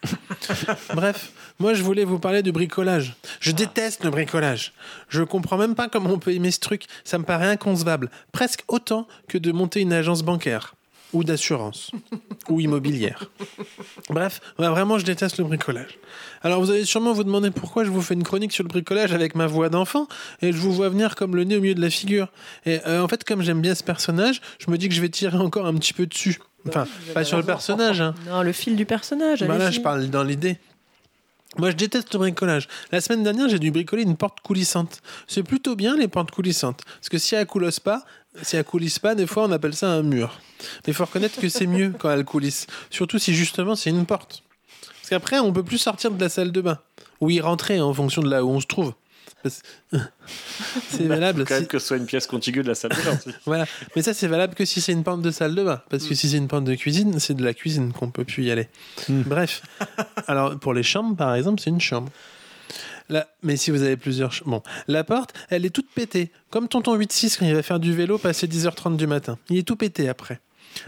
Bref, moi je voulais vous parler de bricolage. Je déteste le bricolage. Je comprends même pas comment on peut aimer ce truc. Ça me paraît inconcevable. Presque autant que de monter une agence bancaire ou d'assurance ou immobilière. Bref, ouais, vraiment, je déteste le bricolage. Alors, vous allez sûrement vous demander pourquoi je vous fais une chronique sur le bricolage avec ma voix d'enfant et je vous vois venir comme le nez au milieu de la figure. Et euh, en fait, comme j'aime bien ce personnage, je me dis que je vais tirer encore un petit peu dessus. Enfin, pas sur le personnage, hein.
Non, le fil du personnage.
Bah là,
allez-y.
je parle dans l'idée. Moi, je déteste le bricolage. La semaine dernière, j'ai dû bricoler une porte coulissante. C'est plutôt bien, les portes coulissantes. Parce que si elle coulisse pas, si elle coulisse pas, des fois, on appelle ça un mur. Mais faut reconnaître que c'est mieux quand elle coulisse. Surtout si, justement, c'est une porte. Parce qu'après, on peut plus sortir de la salle de bain. Ou y rentrer, en fonction de là où on se trouve. Parce- C'est valable.
Faut quand même
si-
que ce soit une pièce contiguë de la salle de bain. aussi.
voilà. Mais ça, c'est valable que si c'est une pente de salle de bain. Parce que si c'est une pente de cuisine, c'est de la cuisine qu'on peut plus y aller. Bref. Alors, pour les chambres, par exemple, c'est une chambre. La- Mais si vous avez plusieurs chambres. Bon. La porte, elle est toute pétée. Comme tonton 8-6 quand il va faire du vélo passé 10h30 du matin. Il est tout pété après.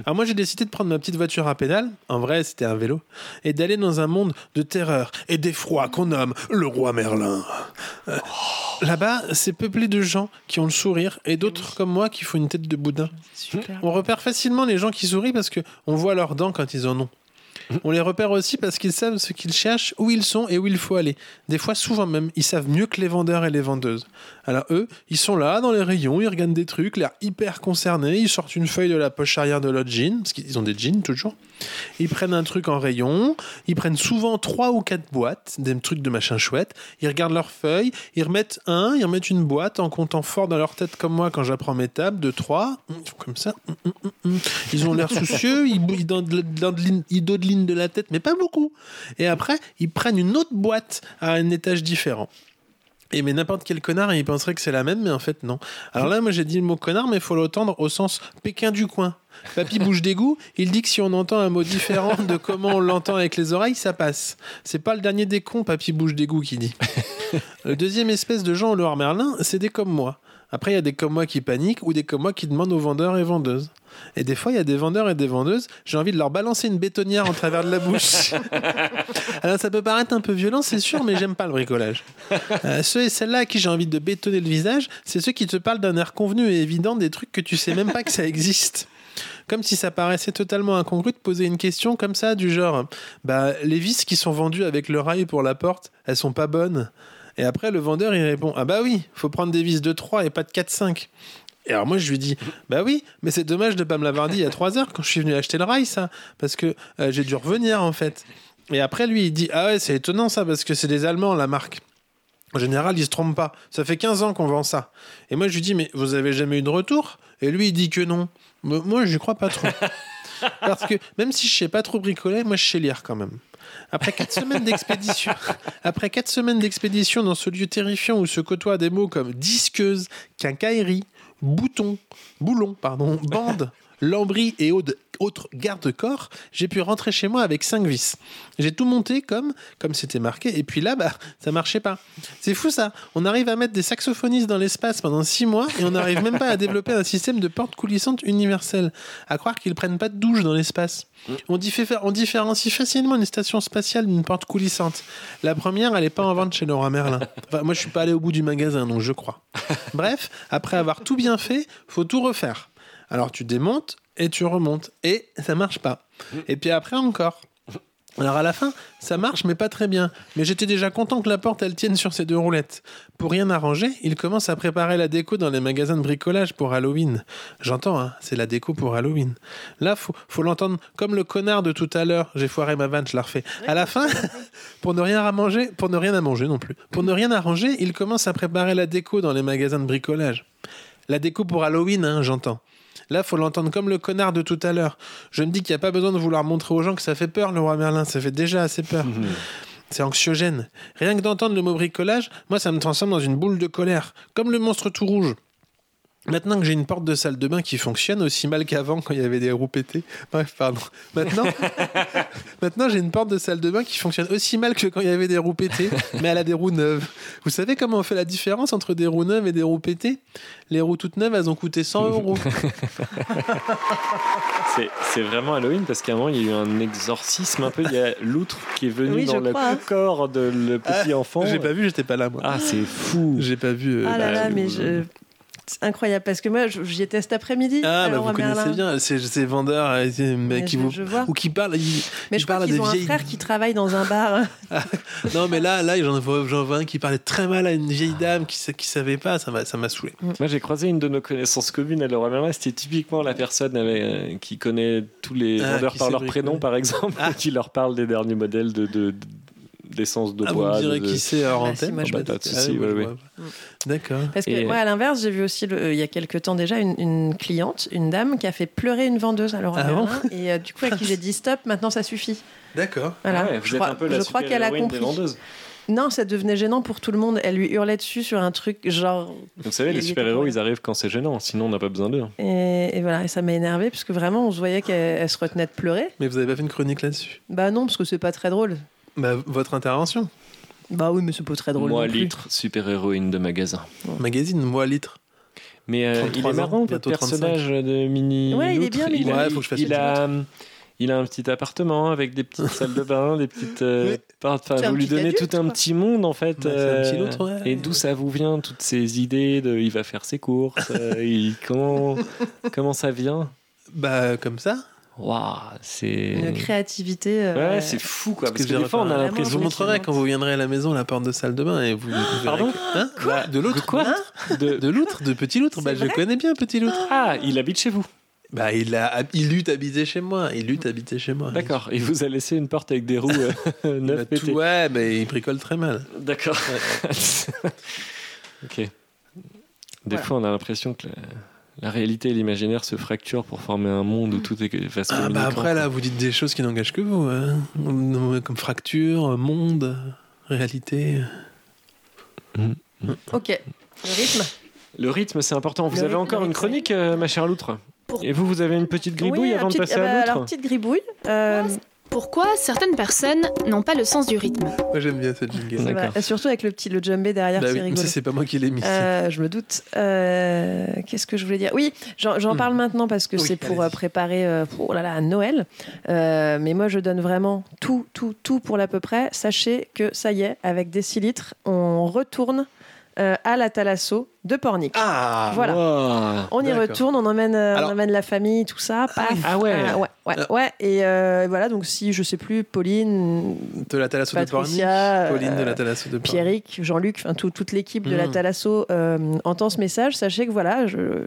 Alors moi j'ai décidé de prendre ma petite voiture à pédales, en vrai c'était un vélo, et d'aller dans un monde de terreur et d'effroi qu'on nomme le roi Merlin. Euh, Là-bas, c'est peuplé de gens qui ont le sourire et d'autres comme moi qui font une Mmh. tête de boudin. On repère facilement les gens qui sourient parce que on voit leurs dents quand ils en ont. On les repère aussi parce qu'ils savent ce qu'ils cherchent, où ils sont et où il faut aller. Des fois, souvent même, ils savent mieux que les vendeurs et les vendeuses. Alors eux, ils sont là, dans les rayons, ils regardent des trucs, l'air hyper concernés, ils sortent une feuille de la poche arrière de leur jean, parce qu'ils ont des jeans toujours. Ils prennent un truc en rayon, ils prennent souvent trois ou quatre boîtes, des trucs de machin chouette, ils regardent leurs feuilles, ils remettent un, ils remettent une boîte en comptant fort dans leur tête comme moi quand j'apprends mes tables, de trois, ils font comme ça, Mm, ils ont l'air soucieux, ils, bou- ils dandel- dandelinent- ils dodelinent de la tête, mais pas beaucoup. Et après, ils prennent une autre boîte à un étage différent. Et mais n'importe quel connard, il penserait que c'est la même, mais en fait, non. Alors là, moi, j'ai dit le mot connard, mais il faut l'entendre au sens Pékin du coin. Papy bouge d'égout, il dit que si on entend un mot différent de comment on l'entend avec les oreilles, ça passe. C'est pas le dernier des cons, Papy bouge d'égout, qui dit. Le deuxième espèce de gens au Loire Merlin, c'est des comme moi. Après, il y a des comme moi qui paniquent ou des comme moi qui demandent aux vendeurs et vendeuses. Et des fois, il y a des vendeurs et des vendeuses, j'ai envie de leur balancer une bétonnière en travers de la bouche. Alors, ça peut paraître un peu violent, c'est sûr, mais j'aime pas le bricolage. Euh, ceux et celles-là à qui j'ai envie de bétonner le visage, c'est ceux qui te parlent d'un air convenu et évident des trucs que tu sais même pas que ça existe. Comme si ça paraissait totalement incongru de poser une question comme ça, du genre Bah, les vis qui sont vendues avec le rail pour la porte, elles sont pas bonnes. Et après, le vendeur, il répond Ah, bah oui, faut prendre des vis de 3 et pas de 4-5. Et alors moi je lui dis bah oui mais c'est dommage de pas me l'avoir dit il y a trois heures quand je suis venu acheter le rail ça parce que euh, j'ai dû revenir en fait et après lui il dit ah ouais c'est étonnant ça parce que c'est des Allemands la marque en général, il se trompe pas. Ça fait 15 ans qu'on vend ça. Et moi, je lui dis, mais vous avez jamais eu de retour Et lui, il dit que non. Mais moi, je crois pas trop. Parce que même si je sais pas trop bricoler, moi, je sais lire quand même. Après quatre semaines d'expédition, après quatre semaines d'expédition dans ce lieu terrifiant où se côtoient des mots comme disqueuse, quincaillerie, bouton, boulon, pardon, bande, lambris et aude- autres garde-corps, j'ai pu rentrer chez moi avec cinq vis. J'ai tout monté comme comme c'était marqué et puis là bah ça marchait pas. C'est fou ça. On arrive à mettre des saxophonistes dans l'espace pendant six mois et on n'arrive même pas à développer un système de porte coulissante universelle. À croire qu'ils prennent pas de douche dans l'espace. On, dit fait- on différencie facilement une station spatiale d'une porte coulissante. La première, elle est pas en vente chez Laura Merlin. Enfin, moi, je suis pas allé au bout du magasin, donc je crois. Bref, après avoir tout bien fait, faut tout refaire. Alors tu démontes et tu remontes et ça marche pas. Et puis après encore. Alors à la fin, ça marche mais pas très bien. Mais j'étais déjà content que la porte elle tienne sur ses deux roulettes. Pour rien arranger, il commence à préparer la déco dans les magasins de bricolage pour Halloween. J'entends, hein, c'est la déco pour Halloween. Là, faut, faut l'entendre comme le connard de tout à l'heure. J'ai foiré ma vanne, je la refais. À la fin, pour ne rien à manger, pour ne rien à manger non plus. Pour ne rien arranger, il commence à préparer la déco dans les magasins de bricolage. La déco pour Halloween, hein, j'entends. Là, faut l'entendre comme le connard de tout à l'heure. Je me dis qu'il n'y a pas besoin de vouloir montrer aux gens que ça fait peur, le roi Merlin. Ça fait déjà assez peur. C'est anxiogène. Rien que d'entendre le mot bricolage, moi, ça me transforme dans une boule de colère, comme le monstre tout rouge. Maintenant que j'ai une porte de salle de bain qui fonctionne aussi mal qu'avant quand il y avait des roues pétées. Bref, pardon. Maintenant, maintenant j'ai une porte de salle de bain qui fonctionne aussi mal que quand il y avait des roues pétées, mais elle a des roues neuves. Vous savez comment on fait la différence entre des roues neuves et des roues pétées Les roues toutes neuves, elles ont coûté 100 euros.
C'est- C'est vraiment Halloween parce qu'à un moment il y a eu un exorcisme un peu. Il y a l'outre qui est venu
Oui,
dans
je
le
crois.
corps de le petit
Ah,
enfant.
J'ai pas vu, j'étais pas là moi.
Ah c'est fou.
J'ai pas vu. euh,
Ah là
la-
là,
le-
mais je... c'est incroyable parce que moi je- j'y étais cet après-midi.
Ah,
à
bah
Leroy
vous connaissez
Merlin.
bien ces, ces vendeurs euh, ces mecs
Mais
qui
je-
vous.
je vois.
Ou qui parlent. Ils,
Mais
ils
je crois
parlent à
qu'ils
des
ont un
vieilles.
frère qui travaille dans un bar.
Non, mais là, là j'en vois, j'en vois un qui parlait très mal à une vieille dame qui, sa- qui savait pas, ça m'a ça m'a saoulé.
Moi, j'ai croisé une de nos connaissances communes à Laura Merlin. C'était typiquement la personne avec- euh, qui connaît tous les
Ah,
vendeurs
qui
par
sait
leur
bricoler.
prénom, par exemple,
Ah.
et qui leur parle des derniers modèles de. de- d'essence de
Ah, vous
bois.
me direz
de-
qui c'est hors
Ah,
antenne,
si, moi,
bah,
je me- pas de
ah,
souci,
oui, moi,
ouais,
je
ouais.
vois. D'accord.
Parce que
Et- euh,
moi, à l'inverse, j'ai vu aussi le- euh, il y a quelques temps déjà une, une cliente, une dame, qui a fait pleurer une vendeuse à Laura
Ah
Merlin.
bon
et euh, du coup, à qui j'ai dit stop, maintenant ça suffit.
D'accord.
Voilà.
Ah ouais, vous
je
êtes
crois,
un peu la
je crois
super
qu'elle a
héroïne des
compris.
vendeuses.
Non, ça devenait gênant pour tout le monde. Elle lui hurlait dessus sur un truc genre.
Vous savez, les
Il y a
super-héros, ils arrivent quand c'est gênant, sinon on n'a pas besoin d'eux.
Et, et voilà, et ça m'a énervé parce que vraiment, on se voyait qu'elle elle se retenait de pleurer.
Mais vous avez pas fait une chronique là-dessus
Bah non, parce que c'est pas très drôle.
Bah, votre intervention
Bah oui, mais c'est pas très drôle.
Moi,
non plus.
litre, super-héroïne de magasin.
Magazine, moi, litre.
Mais euh, il
33
est
ans,
marrant, votre
bientôt 35.
personnage de Mini.
Ouais, il est
Loutre.
bien, Mini
Il a,
Ouais, faut que je fasse
il
une
a, il a un petit appartement avec des petites salles de bain, des petites. euh, portes. Enfin,
C'est un
vous lui
petit
donnez
adulte,
tout un
quoi.
petit monde, en fait. euh,
Ouais, Bah, c'est un petit Loutre, ouais.
Et d'où ça vous vient, toutes ces idées de il va faire ses courses euh, il- comment, comment ça vient
Bah, comme ça.
Waouh, c'est.
Une créativité. euh,
Ouais, c'est fou quoi.
Parce que
Parce que
j'ai
des fois, on a
vraiment
l'impression. Ah,
Je vous montrerai quand vous viendrez à la maison la porte de salle de bain et vous. vous verrez
Pardon
que- Hein Bah, De l'autre.
Quoi
de, de l'outre, de petit loutre. Bah, je le connais bien, petit loutre.
Ah, il habite chez vous.
Bah, il a, il eut habité chez moi. Il eut habité chez moi.
Mm. D'accord. Il vous a laissé une porte avec des roues euh,
Bah,
neuf
tout-
pétées.
ouais, mais il bricole très mal.
D'accord. ok. Des
Voilà.
fois, on a l'impression que la, la réalité et l'imaginaire se fracturent pour former un monde où tout est que- face
Ah, bah
communicante.
après, là, vous dites des choses qui n'engagent que vous. hein. Comme fracture, monde, réalité.
Ok. Le rythme.
Le rythme, c'est important. Vous
Le
avez
rythme,
encore
le
une
rythme,
chronique, euh, ma chère Loutre
Pour-
Et vous, vous avez une petite gribouille
Oui, un
avant
petit-
de passer
ah
euh,
bah,
à
alors,
Loutre
Petite gribouille. euh,
Pourquoi certaines personnes n'ont pas le sens du rythme
Moi, j'aime bien cette jingle.
c'est vrai. Et surtout avec le petit le djembé derrière,
Bah
c'est
oui, mais
rigolo.
ça, c'est pas moi qui l'ai mis.
Euh, je me doute. Euh, Qu'est-ce que je voulais dire Oui, j'en j'en parle maintenant parce que
Hmm. Oui,
c'est pour euh, préparer euh, pour, oh là là, à Noël. Euh, mais moi, je donne vraiment tout, tout, tout pour l'à peu près. Sachez que ça y est, avec des 6 litres, on retourne euh, à la Thalasso de Pornic.
Ah
Voilà. On y
D'accord.
retourne, on emmène, euh, on
Alors-
emmène la famille, tout ça. paf.
Ah ouais.
ouais, ouais, ouais. Et euh, voilà, donc si, je sais plus, Pauline,
De la Thalasso de Pornic.
Patricia, euh,
Pauline de la Thalasso de Pornic.
Pierrick, Jean-Luc, enfin, tout- toute l'équipe de la
Mm.
Thalasso euh, entend ce message, sachez que voilà, je-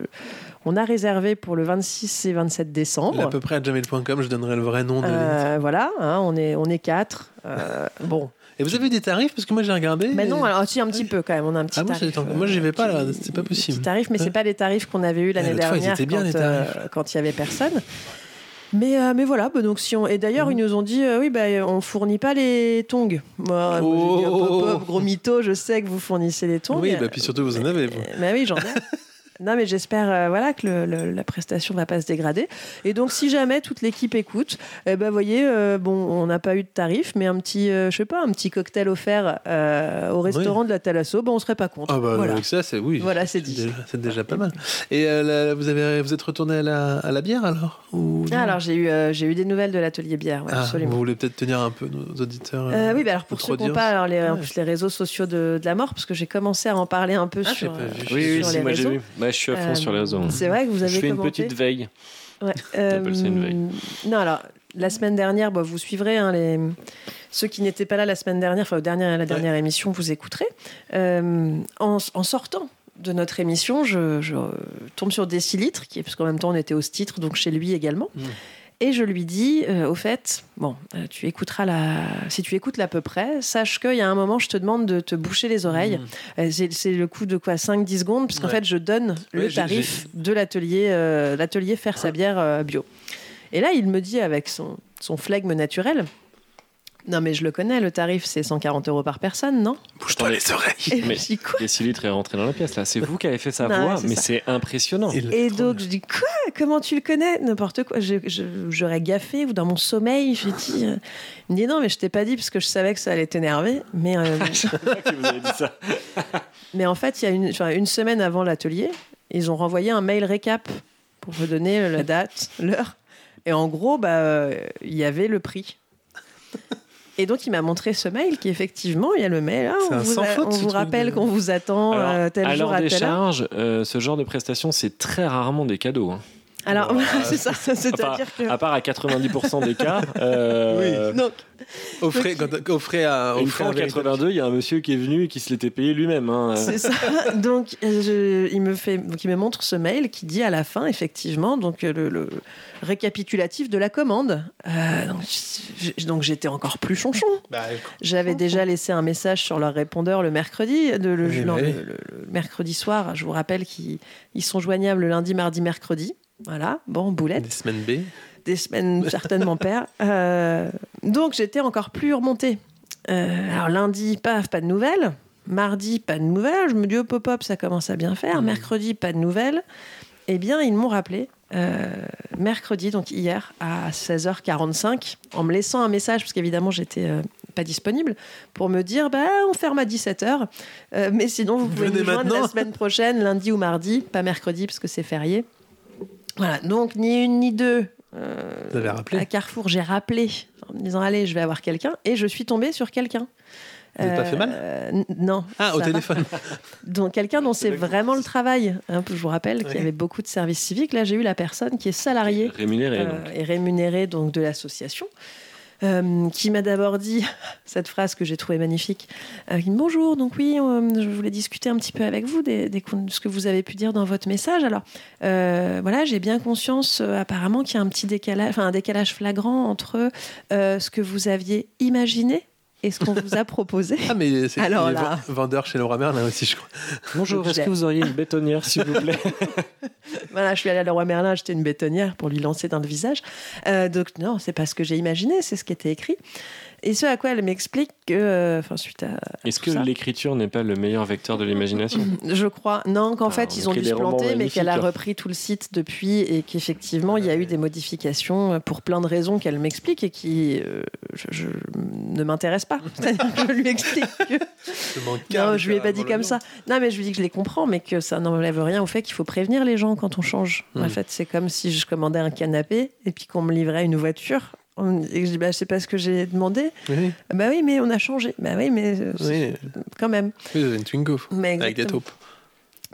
on a réservé pour le 26 et 27 décembre.
À peu près à gmail.com, je donnerai le vrai nom de
Euh, voilà, hein, on, est, on est quatre. Euh, bon.
Et vous avez eu des tarifs Parce que moi j'ai regardé.
Mais non, alors si, un petit peu quand même, on a un petit
Ah, moi,
tarif. euh,
c'est- moi j'y vais pas là, c'est pas possible.
tarif, mais c'est pas les tarifs qu'on avait eu l'année
l'autre fois, ils
dernière
étaient bien,
quand,
les tarifs.
euh, quand il y avait personne. Mais, euh, mais voilà, bah, donc si on... et d'ailleurs
Mm.
ils nous ont dit euh, oui bah, on fournit pas les tongs. Moi, moi, j'ai dit, hop, hop, hop, gros mytho, je sais que vous fournissez les tongs.
Oh. Oui, bah, puis surtout vous en avez. vous.
Mais Euh, bah oui, j'en ai. Non, mais j'espère euh, voilà, que le- le- la prestation va pas se dégrader. Et donc, si jamais toute l'équipe écoute, eh ben, voyez, euh, bon, on n'a pas eu de tarif, mais un petit, euh, je sais pas, un petit cocktail offert euh, au restaurant de la Thalasso, ben, on serait pas contre.
Ah bah
voilà.
avec ça c'est oui.
Voilà, c'est dit.
déjà- C'est déjà pas mal. Et euh, là, vous, avez, vous êtes retourné à la, à la bière alors Ou-
Ah, alors, j'ai eu, euh, j'ai eu des nouvelles de l'atelier bière, ouais,
Ah,
absolument.
Vous voulez peut-être tenir un peu nos auditeurs
Euh, oui, bah, alors pour ceux qui n'ont pas alors, les, en
Ouais.
plus, les réseaux sociaux de, de la mort, parce que j'ai commencé à en parler un peu
Ah, j'ai
sur,
pas vu.
euh,
Oui, oui,
sur
si,
les
moi j'ai
réseaux.
vu. Bah, je suis à fond
Euh,
sur les réseaux.
C'est vrai que vous avez
Je fais une
commenté.
petite veille.
Ouais, euh,
T'appelles ça une veille.
Non, alors, la semaine dernière, bah, vous suivrez hein, les... ceux qui n'étaient pas là la semaine dernière, enfin, au dernier- à la dernière émission, vous écouterez. Euh, en, en sortant de notre émission, je, je, euh, tombe sur Décilitre, qui est, parce qu'en même temps, on était au titre, donc chez lui également. Et je lui dis, euh, au fait, bon, euh, tu écouteras la, si tu écoutes l'à peu près, sache qu'il y a un moment, je te demande de te boucher les oreilles.
Hmm.
Euh, c'est- C'est le coup de quoi 5-10 secondes, puisqu'en
Ouais.
fait, je donne
Ouais,
le
j'ai-
tarif de l'atelier euh, l'atelier faire sa bière euh, bio. Et là, il me dit avec son, son flegme naturel Non, mais je le connais, le tarif, c'est 140 euros par personne, non
Bouge-toi les oreilles. Mais les silitres est rentré dans la pièce là. C'est vous qui avez fait sa
Non,
voix,
ouais, c'est
mais
ça.
c'est impressionnant.
Et donc, je dis Quoi Comment tu le connais N'importe quoi. Je- je- J'aurais gaffé ou dans mon sommeil, j'ai dit. euh, Il me dit Non, mais je t'ai pas dit parce que je savais que ça allait t'énerver. Mais. euh,
vous avez dit ça.
Mais en fait, il y a une, enfin, une semaine avant l'atelier, ils ont renvoyé un mail récap pour vous donner euh, la date, l'heure. Et en gros, bah, euh, il y avait le prix. Et donc, il m'a montré ce mail qui, effectivement, il y a le mail. Ah,
C'est un
on vous,
sans
a-
faute,
on
ce
vous
truc
rappelle
de-
qu'on vous attend
Alors,
euh, tel
à
jour
leur
à telle heure.
décharge, euh, ce genre de prestation, c'est très rarement des cadeaux. hein.
Alors,
Voilà.
c'est ça.
à, part,
C'est-à-dire que.
à part à 90% des cas, euh,
Donc,
Offrez, quand- offrez à.
une
offrez
fois
un
en
véritable-
82, il y a un monsieur qui est venu et qui se l'était payé lui-même. hein.
C'est ça. Donc, euh, je- il, me fait, donc, il me montre ce mail qui dit à la fin, effectivement, donc euh, le, le récapitulatif de la commande. Euh, donc, j- j- donc, j'étais encore plus chonchon.
Bah,
J'avais déjà laissé un message sur leur répondeur le mercredi, de, le,
Oui,
non,
oui.
le- le- le mercredi soir. Je vous rappelle qu'ils ils sont joignables lundi, mardi, mercredi. Voilà, bon, boulette
Des semaines B.
des semaines certainement père. Euh, donc j'étais encore plus remontée. Euh, alors lundi, paf, pas de nouvelles. Mardi, pas de nouvelles. Je me dis, oh, pop, pop, ça commence à bien
Mm.
faire. Mercredi, pas de nouvelles. Eh bien, ils m'ont rappelé euh, mercredi, donc hier, à 16h45, en me laissant un message, parce qu'évidemment, j'étais euh, pas disponible, pour me dire, bah, on ferme à 17h. Euh, mais sinon, vous pouvez
Venez
nous joindre la
maintenant.
semaine prochaine, lundi ou mardi, pas mercredi, parce que c'est férié. Voilà, donc ni une ni deux. Euh,
Vous avez rappelé
À Carrefour, j'ai rappelé en me disant allez, je vais avoir quelqu'un et je suis tombée sur quelqu'un
Vous n'êtes pas fait mal
Euh, n- Non.
Ah, au
ça va.
téléphone.
Donc, quelqu'un dont c'est vraiment le travail. hein, je vous rappelle qu'il y
Oui.
avait beaucoup de services civiques. Là, j'ai eu la personne qui est salariée
Rémunéré, donc.
euh, et rémunérée donc, de l'association. euh, qui m'a d'abord dit cette phrase que j'ai trouvée magnifique. Euh, il me dit, Bonjour, donc oui, euh, je voulais discuter un petit peu avec vous des, des con- de ce que vous avez pu dire dans votre message. Alors, euh, voilà, j'ai bien conscience euh, apparemment qu'il y a un petit décalage, enfin un décalage flagrant entre euh, ce que vous aviez imaginé et ce qu'on vous a proposé.
Ah, mais c'est
Alors
il est
là.
ven- vendeur chez Laura Merlin aussi, je crois.
Bonjour, est-ce que vous
auriez une bétonnière, s'il vous plaît
Voilà, je suis allée à Leroy Merlin acheter une bétonnière pour lui lancer dans le visage. Euh, donc non, c'est pas ce que j'ai imaginé, c'est ce qui était écrit. Et ce à quoi elle m'explique que, euh, enfin suite à,
Est-ce que l'écriture n'est pas le meilleur vecteur de l'imagination
je crois, non, qu'en
Ah,
fait
on
ils ont
écrit
dû
des
se
romans
planter, mais
magnifiques, hein.
qu'elle a
là.
repris tout le site depuis et qu'effectivement il y a eu des modifications euh, pour plein de raisons qu'elle m'explique et qui euh, je, je ne m'intéresse pas. C'est-à-dire que je lui explique Non, je lui ai pas dit comme ça. Non, mais je lui dis que je les comprends, mais que ça n'enlève rien au fait qu'il faut prévenir les gens quand on change.
Hmm.
En fait, c'est comme si je commandais un canapé et puis qu'on me livrait une voiture. On- Et que je dis, bah, c'est pas ce que j'ai demandé.
Oui.
Ah Bah oui, mais on a changé. Bah oui, mais euh,
Oui.
quand même.
Oui, vous avez une Twingo.
Mais
avec des
exactement.
taupes.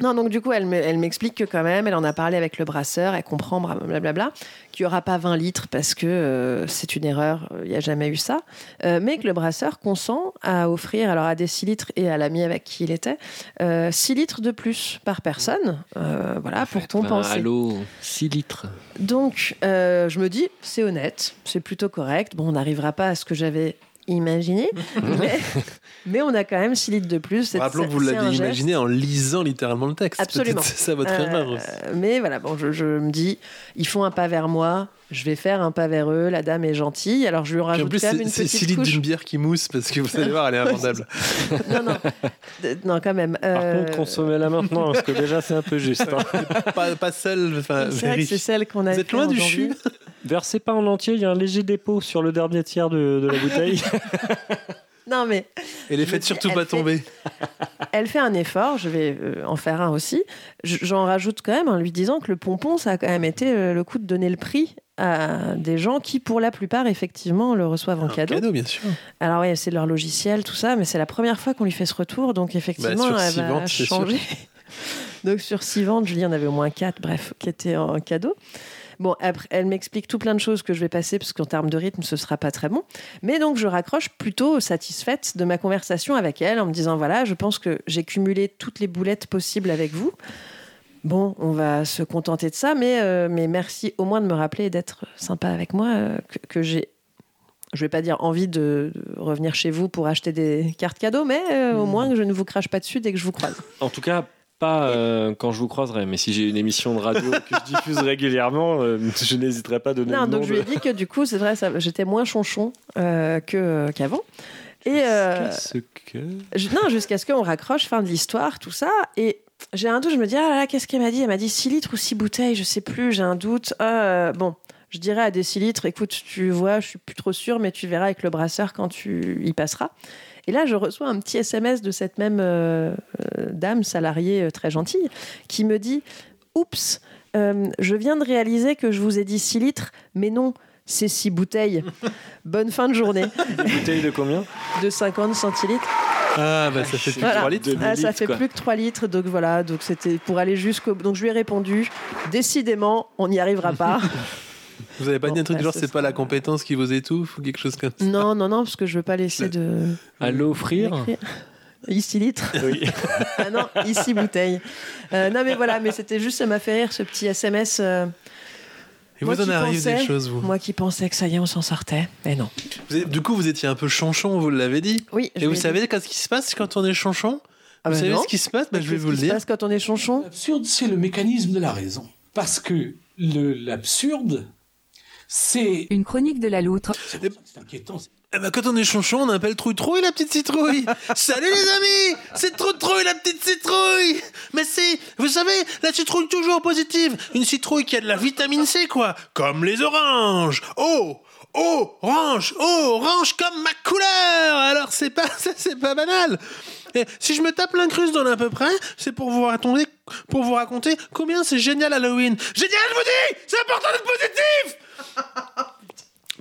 Non, donc du coup, elle me- elle m'explique que quand même, elle en a parlé avec le brasseur, elle comprend, bla- blablabla, qu'il n'y aura pas 20 litres parce que euh, c'est une erreur, euh, il n'y a jamais eu ça, Euh, mais que le brasseur consent à offrir, alors à des 6 litres et à l'ami avec qui il était, euh, 6 litres de plus par personne, euh, voilà, pour
Ben,
compenser.
Allô, 6 litres.
Donc, euh, je me dis, c'est honnête, c'est plutôt correct. Bon, on n'arrivera pas à ce que j'avais imaginé, mais, mais on a quand même 6 litres de plus. C'est-
Rappelons que vous
c'est un
l'avez
geste.
imaginé en lisant littéralement le texte.
Absolument.
Peut-être C'est ça votre
Euh,
erreur aussi.
Mais voilà, bon, je, je me dis, ils font un pas vers moi, je vais faire un pas vers eux, la dame est gentille, alors je lui
Puis
rajoute
en plus,
quand même
c'est
une
c'est
petite
6 litres
couche.
d'une bière qui mousse parce que vous allez voir, elle est invendable.
De- Non, quand même. euh,
Par contre, consommez-la maintenant, parce que déjà, c'est un peu juste. hein.
pas, pas seule, enfin,
c'est vrai que c'est celle qu'on a
Vous êtes loin du
chu.
Versez pas en entier, il y a un léger dépôt sur le dernier tiers de, de la bouteille.
Non, mais
Et les faites surtout
elle
pas
fait-
tomber.
elle fait un effort, je vais euh, en faire un aussi. J- J'en rajoute quand même en lui disant que le pompon, ça a quand même été euh, le coup de donner le prix à des gens qui, pour la plupart, effectivement, le reçoivent
Ah,
en cadeau.
Cadeau, bien sûr.
Alors oui, c'est leur logiciel, tout ça, mais c'est la première fois qu'on lui fait ce retour, donc effectivement,
Bah, sur
elle
six
va
ventes, c'est sûr.
changer. donc sur six ventes, Julie en avait au moins quatre, bref, qui étaient en cadeau. Bon, après, elle m'explique tout plein de choses que je vais passer, parce qu'en termes de rythme, ce sera pas très bon. Mais donc, je raccroche plutôt satisfaite de ma conversation avec elle, en me disant, voilà, je pense que j'ai cumulé toutes les boulettes possibles avec vous. Bon, on va se contenter de ça, mais, euh, mais merci au moins de me rappeler et d'être sympa avec moi, euh, que, que j'ai, je vais pas dire envie de de revenir chez vous pour acheter des cartes cadeaux, mais euh,
Hmm.
au moins que je ne vous crache pas dessus dès que je vous croise.
En tout cas, pas euh, quand je vous croiserai, mais si j'ai une émission de radio que je diffuse régulièrement, euh, je n'hésiterai pas à donner
Non,
le nom
donc je lui ai
de-
dit que du coup, c'est vrai, ça- j'étais moins chonchon euh, que, qu'avant. Et euh,
Qu'est-ce que...
Je- non, jusqu'à ce qu'on raccroche, fin de l'histoire, tout ça. Et j'ai un doute, je me dis, ah là là, qu'est-ce qu'elle m'a dit Elle m'a dit 6 litres ou 6 bouteilles, je sais plus, j'ai un doute. Euh, bon, je dirais à des 6 litres, écoute, tu vois, je suis plus trop sûre, mais tu verras avec le brasseur quand tu y passeras. Et là, je reçois un petit SMS de cette même euh, euh, dame salariée euh, très gentille qui me dit Oups, euh, je viens de réaliser que je vous ai dit 6 litres, mais non, c'est 6 bouteilles. Bonne fin de journée
Des bouteilles de combien
de 50 centilitres.
Ah, bah ça fait plus
Voilà.
3 litres.
Ah, ça fait plus que 3 litres, donc voilà, donc c'était pour aller jusqu'au. Donc je lui ai répondu, décidément, on n'y arrivera pas.
Vous avez pas dit un truc
bah,
genre,
ce Mm.
c'est pas la compétence qui vous étouffe ou quelque chose comme ça
non, non, non, parce que je veux pas laisser de.
À l'offrir
d'écrire. Ici litres.
Oui.
Ah non, ici bouteille. Euh, non, mais voilà, mais c'était juste, ça m'a fait rire ce petit SMS. euh,
Et
moi
vous en
qui
arrive des
pensais-
choses, vous.
Moi qui pensais que ça y est, on s'en sortait. Mais non.
Vous êtes- du coup, vous étiez un peu chanchon, vous l'avez dit.
Oui. je
Et vous
lui ai
savez quand- ce qui se passe quand on est chanchon Vous
bah
savez
non.
ce qui se passe Bah, Je vais vous le
qui se
dire.
passe quand on est chonchon
L'absurde, c'est le mécanisme de la raison. Parce que le- l'absurde, c'est.
Une chronique de la loutre.
C'est inquiétant. c'est-
Eh ben, quand on est chanchon, on appelle Troutrouille la petite citrouille. Salut les amis, c'est Troutrouille la petite citrouille. Mais c'est, vous savez, la citrouille toujours positive. Une citrouille qui a de la vitamine C, quoi. Comme les oranges. Oh, oh, orange, oh, orange comme ma couleur. Alors c'est pas, ça, c'est pas banal. Et si je me tape l'incruste dans l'à peu près, c'est pour vous raconter, pour vous raconter combien c'est génial Halloween. Génial, je vous dis, c'est important d'être positif.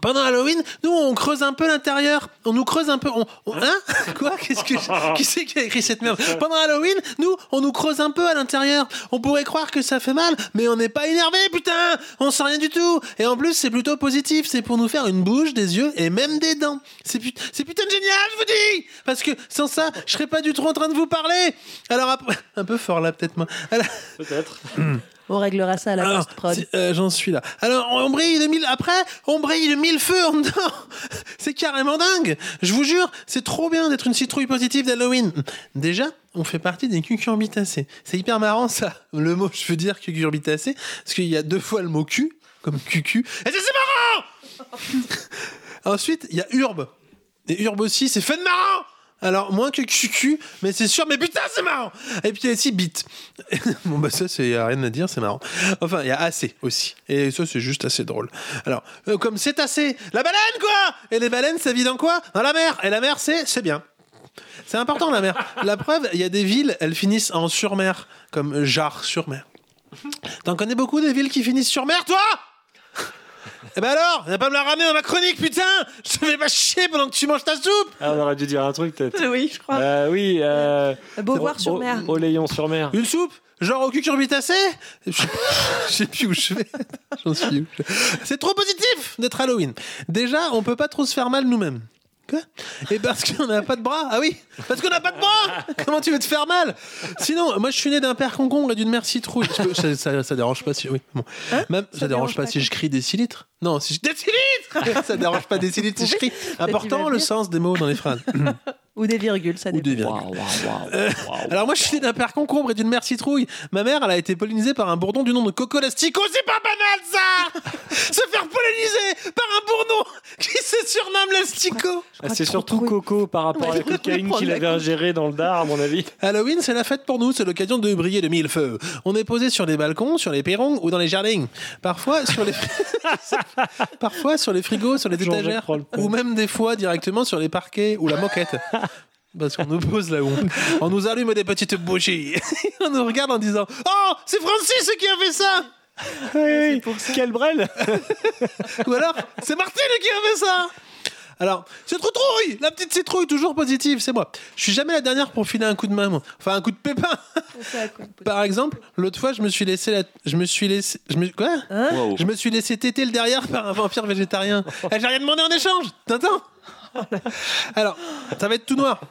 Pendant Halloween, nous, on creuse un peu l'intérieur. On nous creuse un peu. On, on- hein Quoi Qu'est-ce que je- Qui c'est qui a écrit cette merde Pendant Halloween, nous, on nous creuse un peu à l'intérieur. On pourrait croire que ça fait mal, mais on n'est pas énervé, putain On sent rien du tout. Et en plus, c'est plutôt positif. C'est pour nous faire une bouche, des yeux et même des dents. C'est put- c'est putain de génial, je vous dis Parce que sans ça, je serais pas du tout en train de vous parler. Alors, après- un peu fort là, peut-être moi.
Peut-être.
On réglera ça à la
Alors,
post-prod.
si- euh, J'en suis là. Alors, on brille de mille. Après, on brille de mille feux en dedans. C'est carrément dingue. Je vous jure, c'est trop bien d'être une citrouille positive d'Halloween. Déjà, on fait partie des cucurbitacées. C'est hyper marrant, ça. Le mot, je veux dire cucurbitacée, parce qu'il y a deux fois le mot cul, comme cucu. Et ça, c'est marrant Ensuite, il y a urbe. Et urbe aussi, c'est fun marrant alors, moins que QQ, mais c'est sûr, mais putain, c'est marrant! Et puis il y a aussi bit. bon, bah, ça, c'est y a rien à dire, c'est marrant. Enfin, il y a assez aussi. Et ça, c'est juste assez drôle. Alors, euh, comme c'est assez, la baleine, quoi! Et les baleines, ça vit dans quoi? Dans la mer! Et la mer, c'est, c'est bien. C'est important, la mer. La preuve, il y a des villes, elles finissent en surmer, comme Jarre-sur-Mer. T'en connais beaucoup des villes qui finissent sur mer, toi? Eh ben alors, viens pas me la ramener dans ma chronique, putain! Je te fais pas chier pendant que tu manges ta soupe!
Ah, on aurait dû dire un truc peut-être.
Oui, je crois.
Euh, oui. Euh,
Beauvoir-sur-Mer.
Au, sur mer.
Une soupe Genre au cucurbitacé Je sais- je sais plus où je vais. J'en suis où. C'est trop positif d'être Halloween. Déjà, on peut pas trop se faire mal nous-mêmes. Quoi Et parce qu'on n'a pas de bras Ah oui Parce qu'on n'a pas de bras Comment tu veux te faire mal Sinon, moi je suis né d'un père concombre et d'une mère citrouille. Je peux- Ça, ça, ça dérange pas si. Oui, bon. Même, Hein ça, dérange pas, si je crie des litres Non, si je. Des litres Ça dérange pas des litres si je crie. Important le sens des mots dans les phrases.
Ou des virgules, ça dépend.
des virgules. Euh, alors moi je suis né d'un père concombre et d'une mère citrouille. Ma mère elle a été pollinisée par un bourdon du nom de Coco Lastico. C'est pas banal ça Se faire polliniser par un bourdon qui se surnomme Lastico.
Ah, c'est surtout Coco par rapport à la cocaïne qu'il avait ingérée dans le dard, à mon avis.
Halloween, c'est la fête pour nous, c'est l'occasion de briller de mille feux. On est posé sur les balcons, sur les perrons ou dans les jardins. Parfois sur les, parfois sur les frigos, sur les
Jean-Jacques
étagères,
prend le pont.
ou même des fois directement sur les parquets ou la moquette. Parce qu'on nous pose là où on, on nous allume des petites bougies. on nous regarde en disant Oh, c'est Francis qui a fait ça
Oui, quel brel
Ou alors, c'est Martine qui a fait ça alors, c'est Troutrouille La petite citrouille, toujours positive, c'est moi. Je suis jamais la dernière pour filer un coup de main, moi. Enfin, un coup de pépin Par exemple, l'autre fois, je me suis laissé la... Je me suis laissé... Je me... Quoi
Hein
Wow.
Je me suis laissé téter le derrière par un vampire végétarien. Eh, J'ai rien demandé en échange T'entends Alors, ça va être tout noir.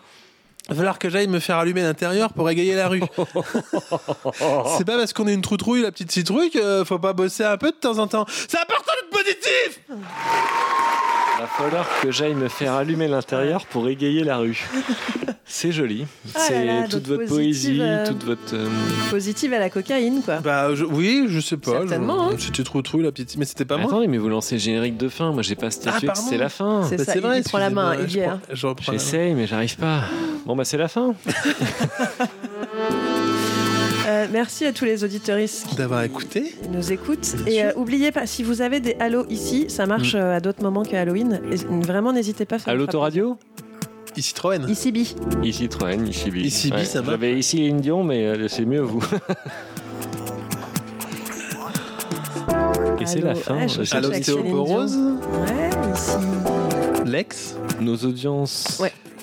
Va falloir que j'aille me faire allumer l'intérieur pour égayer la rue. C'est pas parce qu'on est une troutrouille, la petite citrouille, qu'il faut pas bosser un peu de temps en temps. C'est important d'être positif
Va falloir que j'aille me faire allumer l'intérieur pour égayer la rue. C'est joli.
Ah
c'est
là là,
toute
donc
votre
positive,
poésie,
euh,
toute votre. euh,
Positive à la cocaïne, quoi.
Bah je- oui, je sais pas.
Certainement, hein.
je- C'était Troutrouille, la petite. Mais c'était pas moi. Ah,
Attendez, mais vous lancez le générique de fin. Moi, j'ai pas statué que
pardon.
c'est la fin.
C'est
Bah,
ça,
c'est
il
vrai,
il prend la main, il y
excusez-moi,
est.
je prends- je reprends la main.
J'essaye, mais j'arrive pas. Bon, bah, c'est la fin.
Euh, merci à tous les auditeuristes qui
D'avoir écouté.
nous écoutent. Et euh, oubliez pas, si vous avez des halos ici, ça
Mm.
marche euh, à d'autres moments que Halloween. Et vraiment, n'hésitez pas. ça
À
nous fera
l'autoradio
Ici Troen.
plaisir. Ici, Bi.
Ici Troen, ici B.
Ici, Bi, ça va.
J'avais ici Indion, mais euh, c'est mieux vous. Et c'est la
Allô,
fin.
ouais, je cherche
Allô,
avec
Théo
Céline
Porose
Dion. Ouais, ici.
Lex
Nos audiences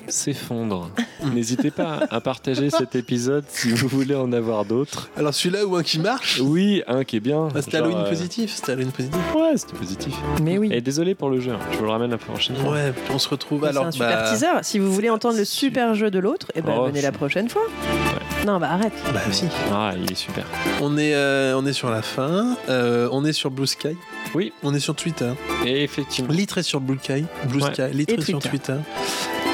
s'effondrent. N'hésitez pas à partager cet épisode si vous voulez en avoir d'autres.
Alors celui-là ou un qui marche
Oui, un qui est bien.
Ah, c'était
Genre,
Halloween
euh,
positif. C'était Halloween positif.
Ouais, c'était positif.
Mais oui.
Et désolé pour le jeu, hein. je vous le ramène la prochaine fois.
Ouais, on se retrouve
C'est
alors.
un super
bah,
teaser. Si vous voulez entendre le super jeu de l'autre, eh ben,
Oh,
venez la
c'est-
prochaine fois. Non, bah arrête.
Bah si.
Ah, il est super.
On est, euh, on est sur la fin. Euh, on est sur Blue Sky.
Oui.
On est sur Twitter.
Et effectivement,
Litre est sur Blue Sky. Blue
Ouais.
Sky. Litre
Et
est sur Twitter.
Twitter.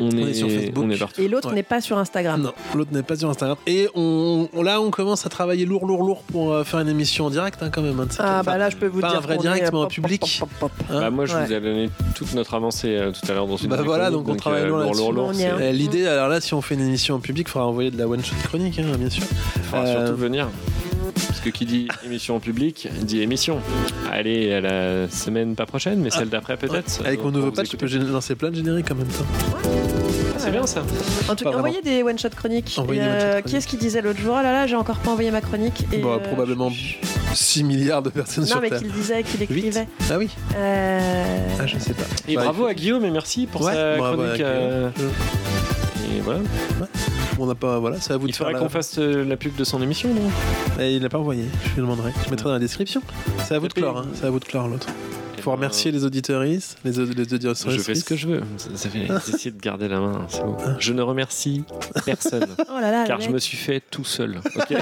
on, est,
est sur Facebook.
On est partout.
Et l'autre
Ouais.
n'est pas sur Instagram.
Non, l'autre n'est pas sur Instagram. Et on, on- là, on commence à travailler lourd, lourd, lourd pour euh, faire une émission en direct hein, quand même. hein, de cette-
Ah,
enfin,
bah là, je peux vous
pas
dire.
un vrai
qu'on
direct,
est- euh,
mais en
pop,
public.
pop, pop, pop.
Hein
Bah, moi, je
Ouais.
vous ai donné toute notre avancée euh, tout à l'heure dans une
Ah, Bah
chronique,
voilà, donc on travaille
euh,
loin
lourd, lourd,
là-dessus.
lourd, c'est-
Euh, L'idée, alors là, si on fait une émission en public, il faudra envoyer de la one-shot chronique, hein, bien sûr.
Faudra
Euh,
surtout venir. Parce que qui dit émission en public dit émission. Allez, à la semaine pas prochaine, mais celle d'après peut-être.
Ah, Avec mon
Pour
nouveau
vous
patch, je peux
écouter.
gén- lancer plein de génériques en même temps.
Ah, C'est bien ça.
En tout
Pas
cas,
vraiment.
envoyez des one-shot chroniques.
Envoyez
Et,
des one-shot
euh,
chroniques.
Qui est-ce qui disait l'autre jour Ah là là, j'ai encore pas envoyé ma chronique. Et,
Bah,
euh,
probablement 6 milliards de personnes
Non,
sur
mais
Terre.
qu'il disait, qu'il écrivait.
Ah oui
Euh,
Ah, je sais pas.
Et
Bah,
bravo à Guillaume et merci pour
Ouais,
sa
bravo à
chronique.
Guillaume.
euh, Et voilà.
On n'a pas. Voilà, c'est à vous
Il
de faire.
faudrait
la-
qu'on fasse euh, la pub de son émission, non
Eh, il l'a pas envoyé, je lui demanderai. Je mettrai dans la description. C'est à vous de
payé.
clore, hein. c'est à vous de clore l'autre. Faut remercier les auditeuristes, les, aud- les auditeurs.
Je fais ce que je veux. Ça, ça fait essayer de garder la main. c'est bon. Je ne remercie personne.
Oh là là,
car
le
je
mec.
me suis fait tout seul. ok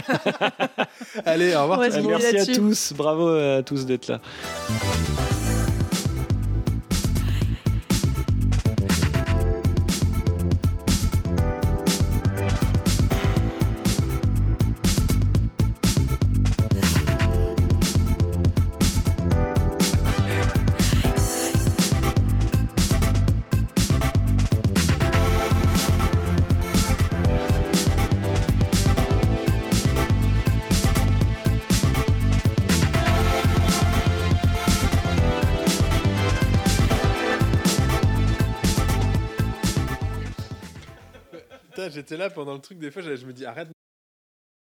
Allez, au revoir.
Ouais, c'est bon,
Merci à
là-dessus.
tous. Bravo à tous d'être là.
Putain, j'étais là pendant le truc, des fois, je me dis arrête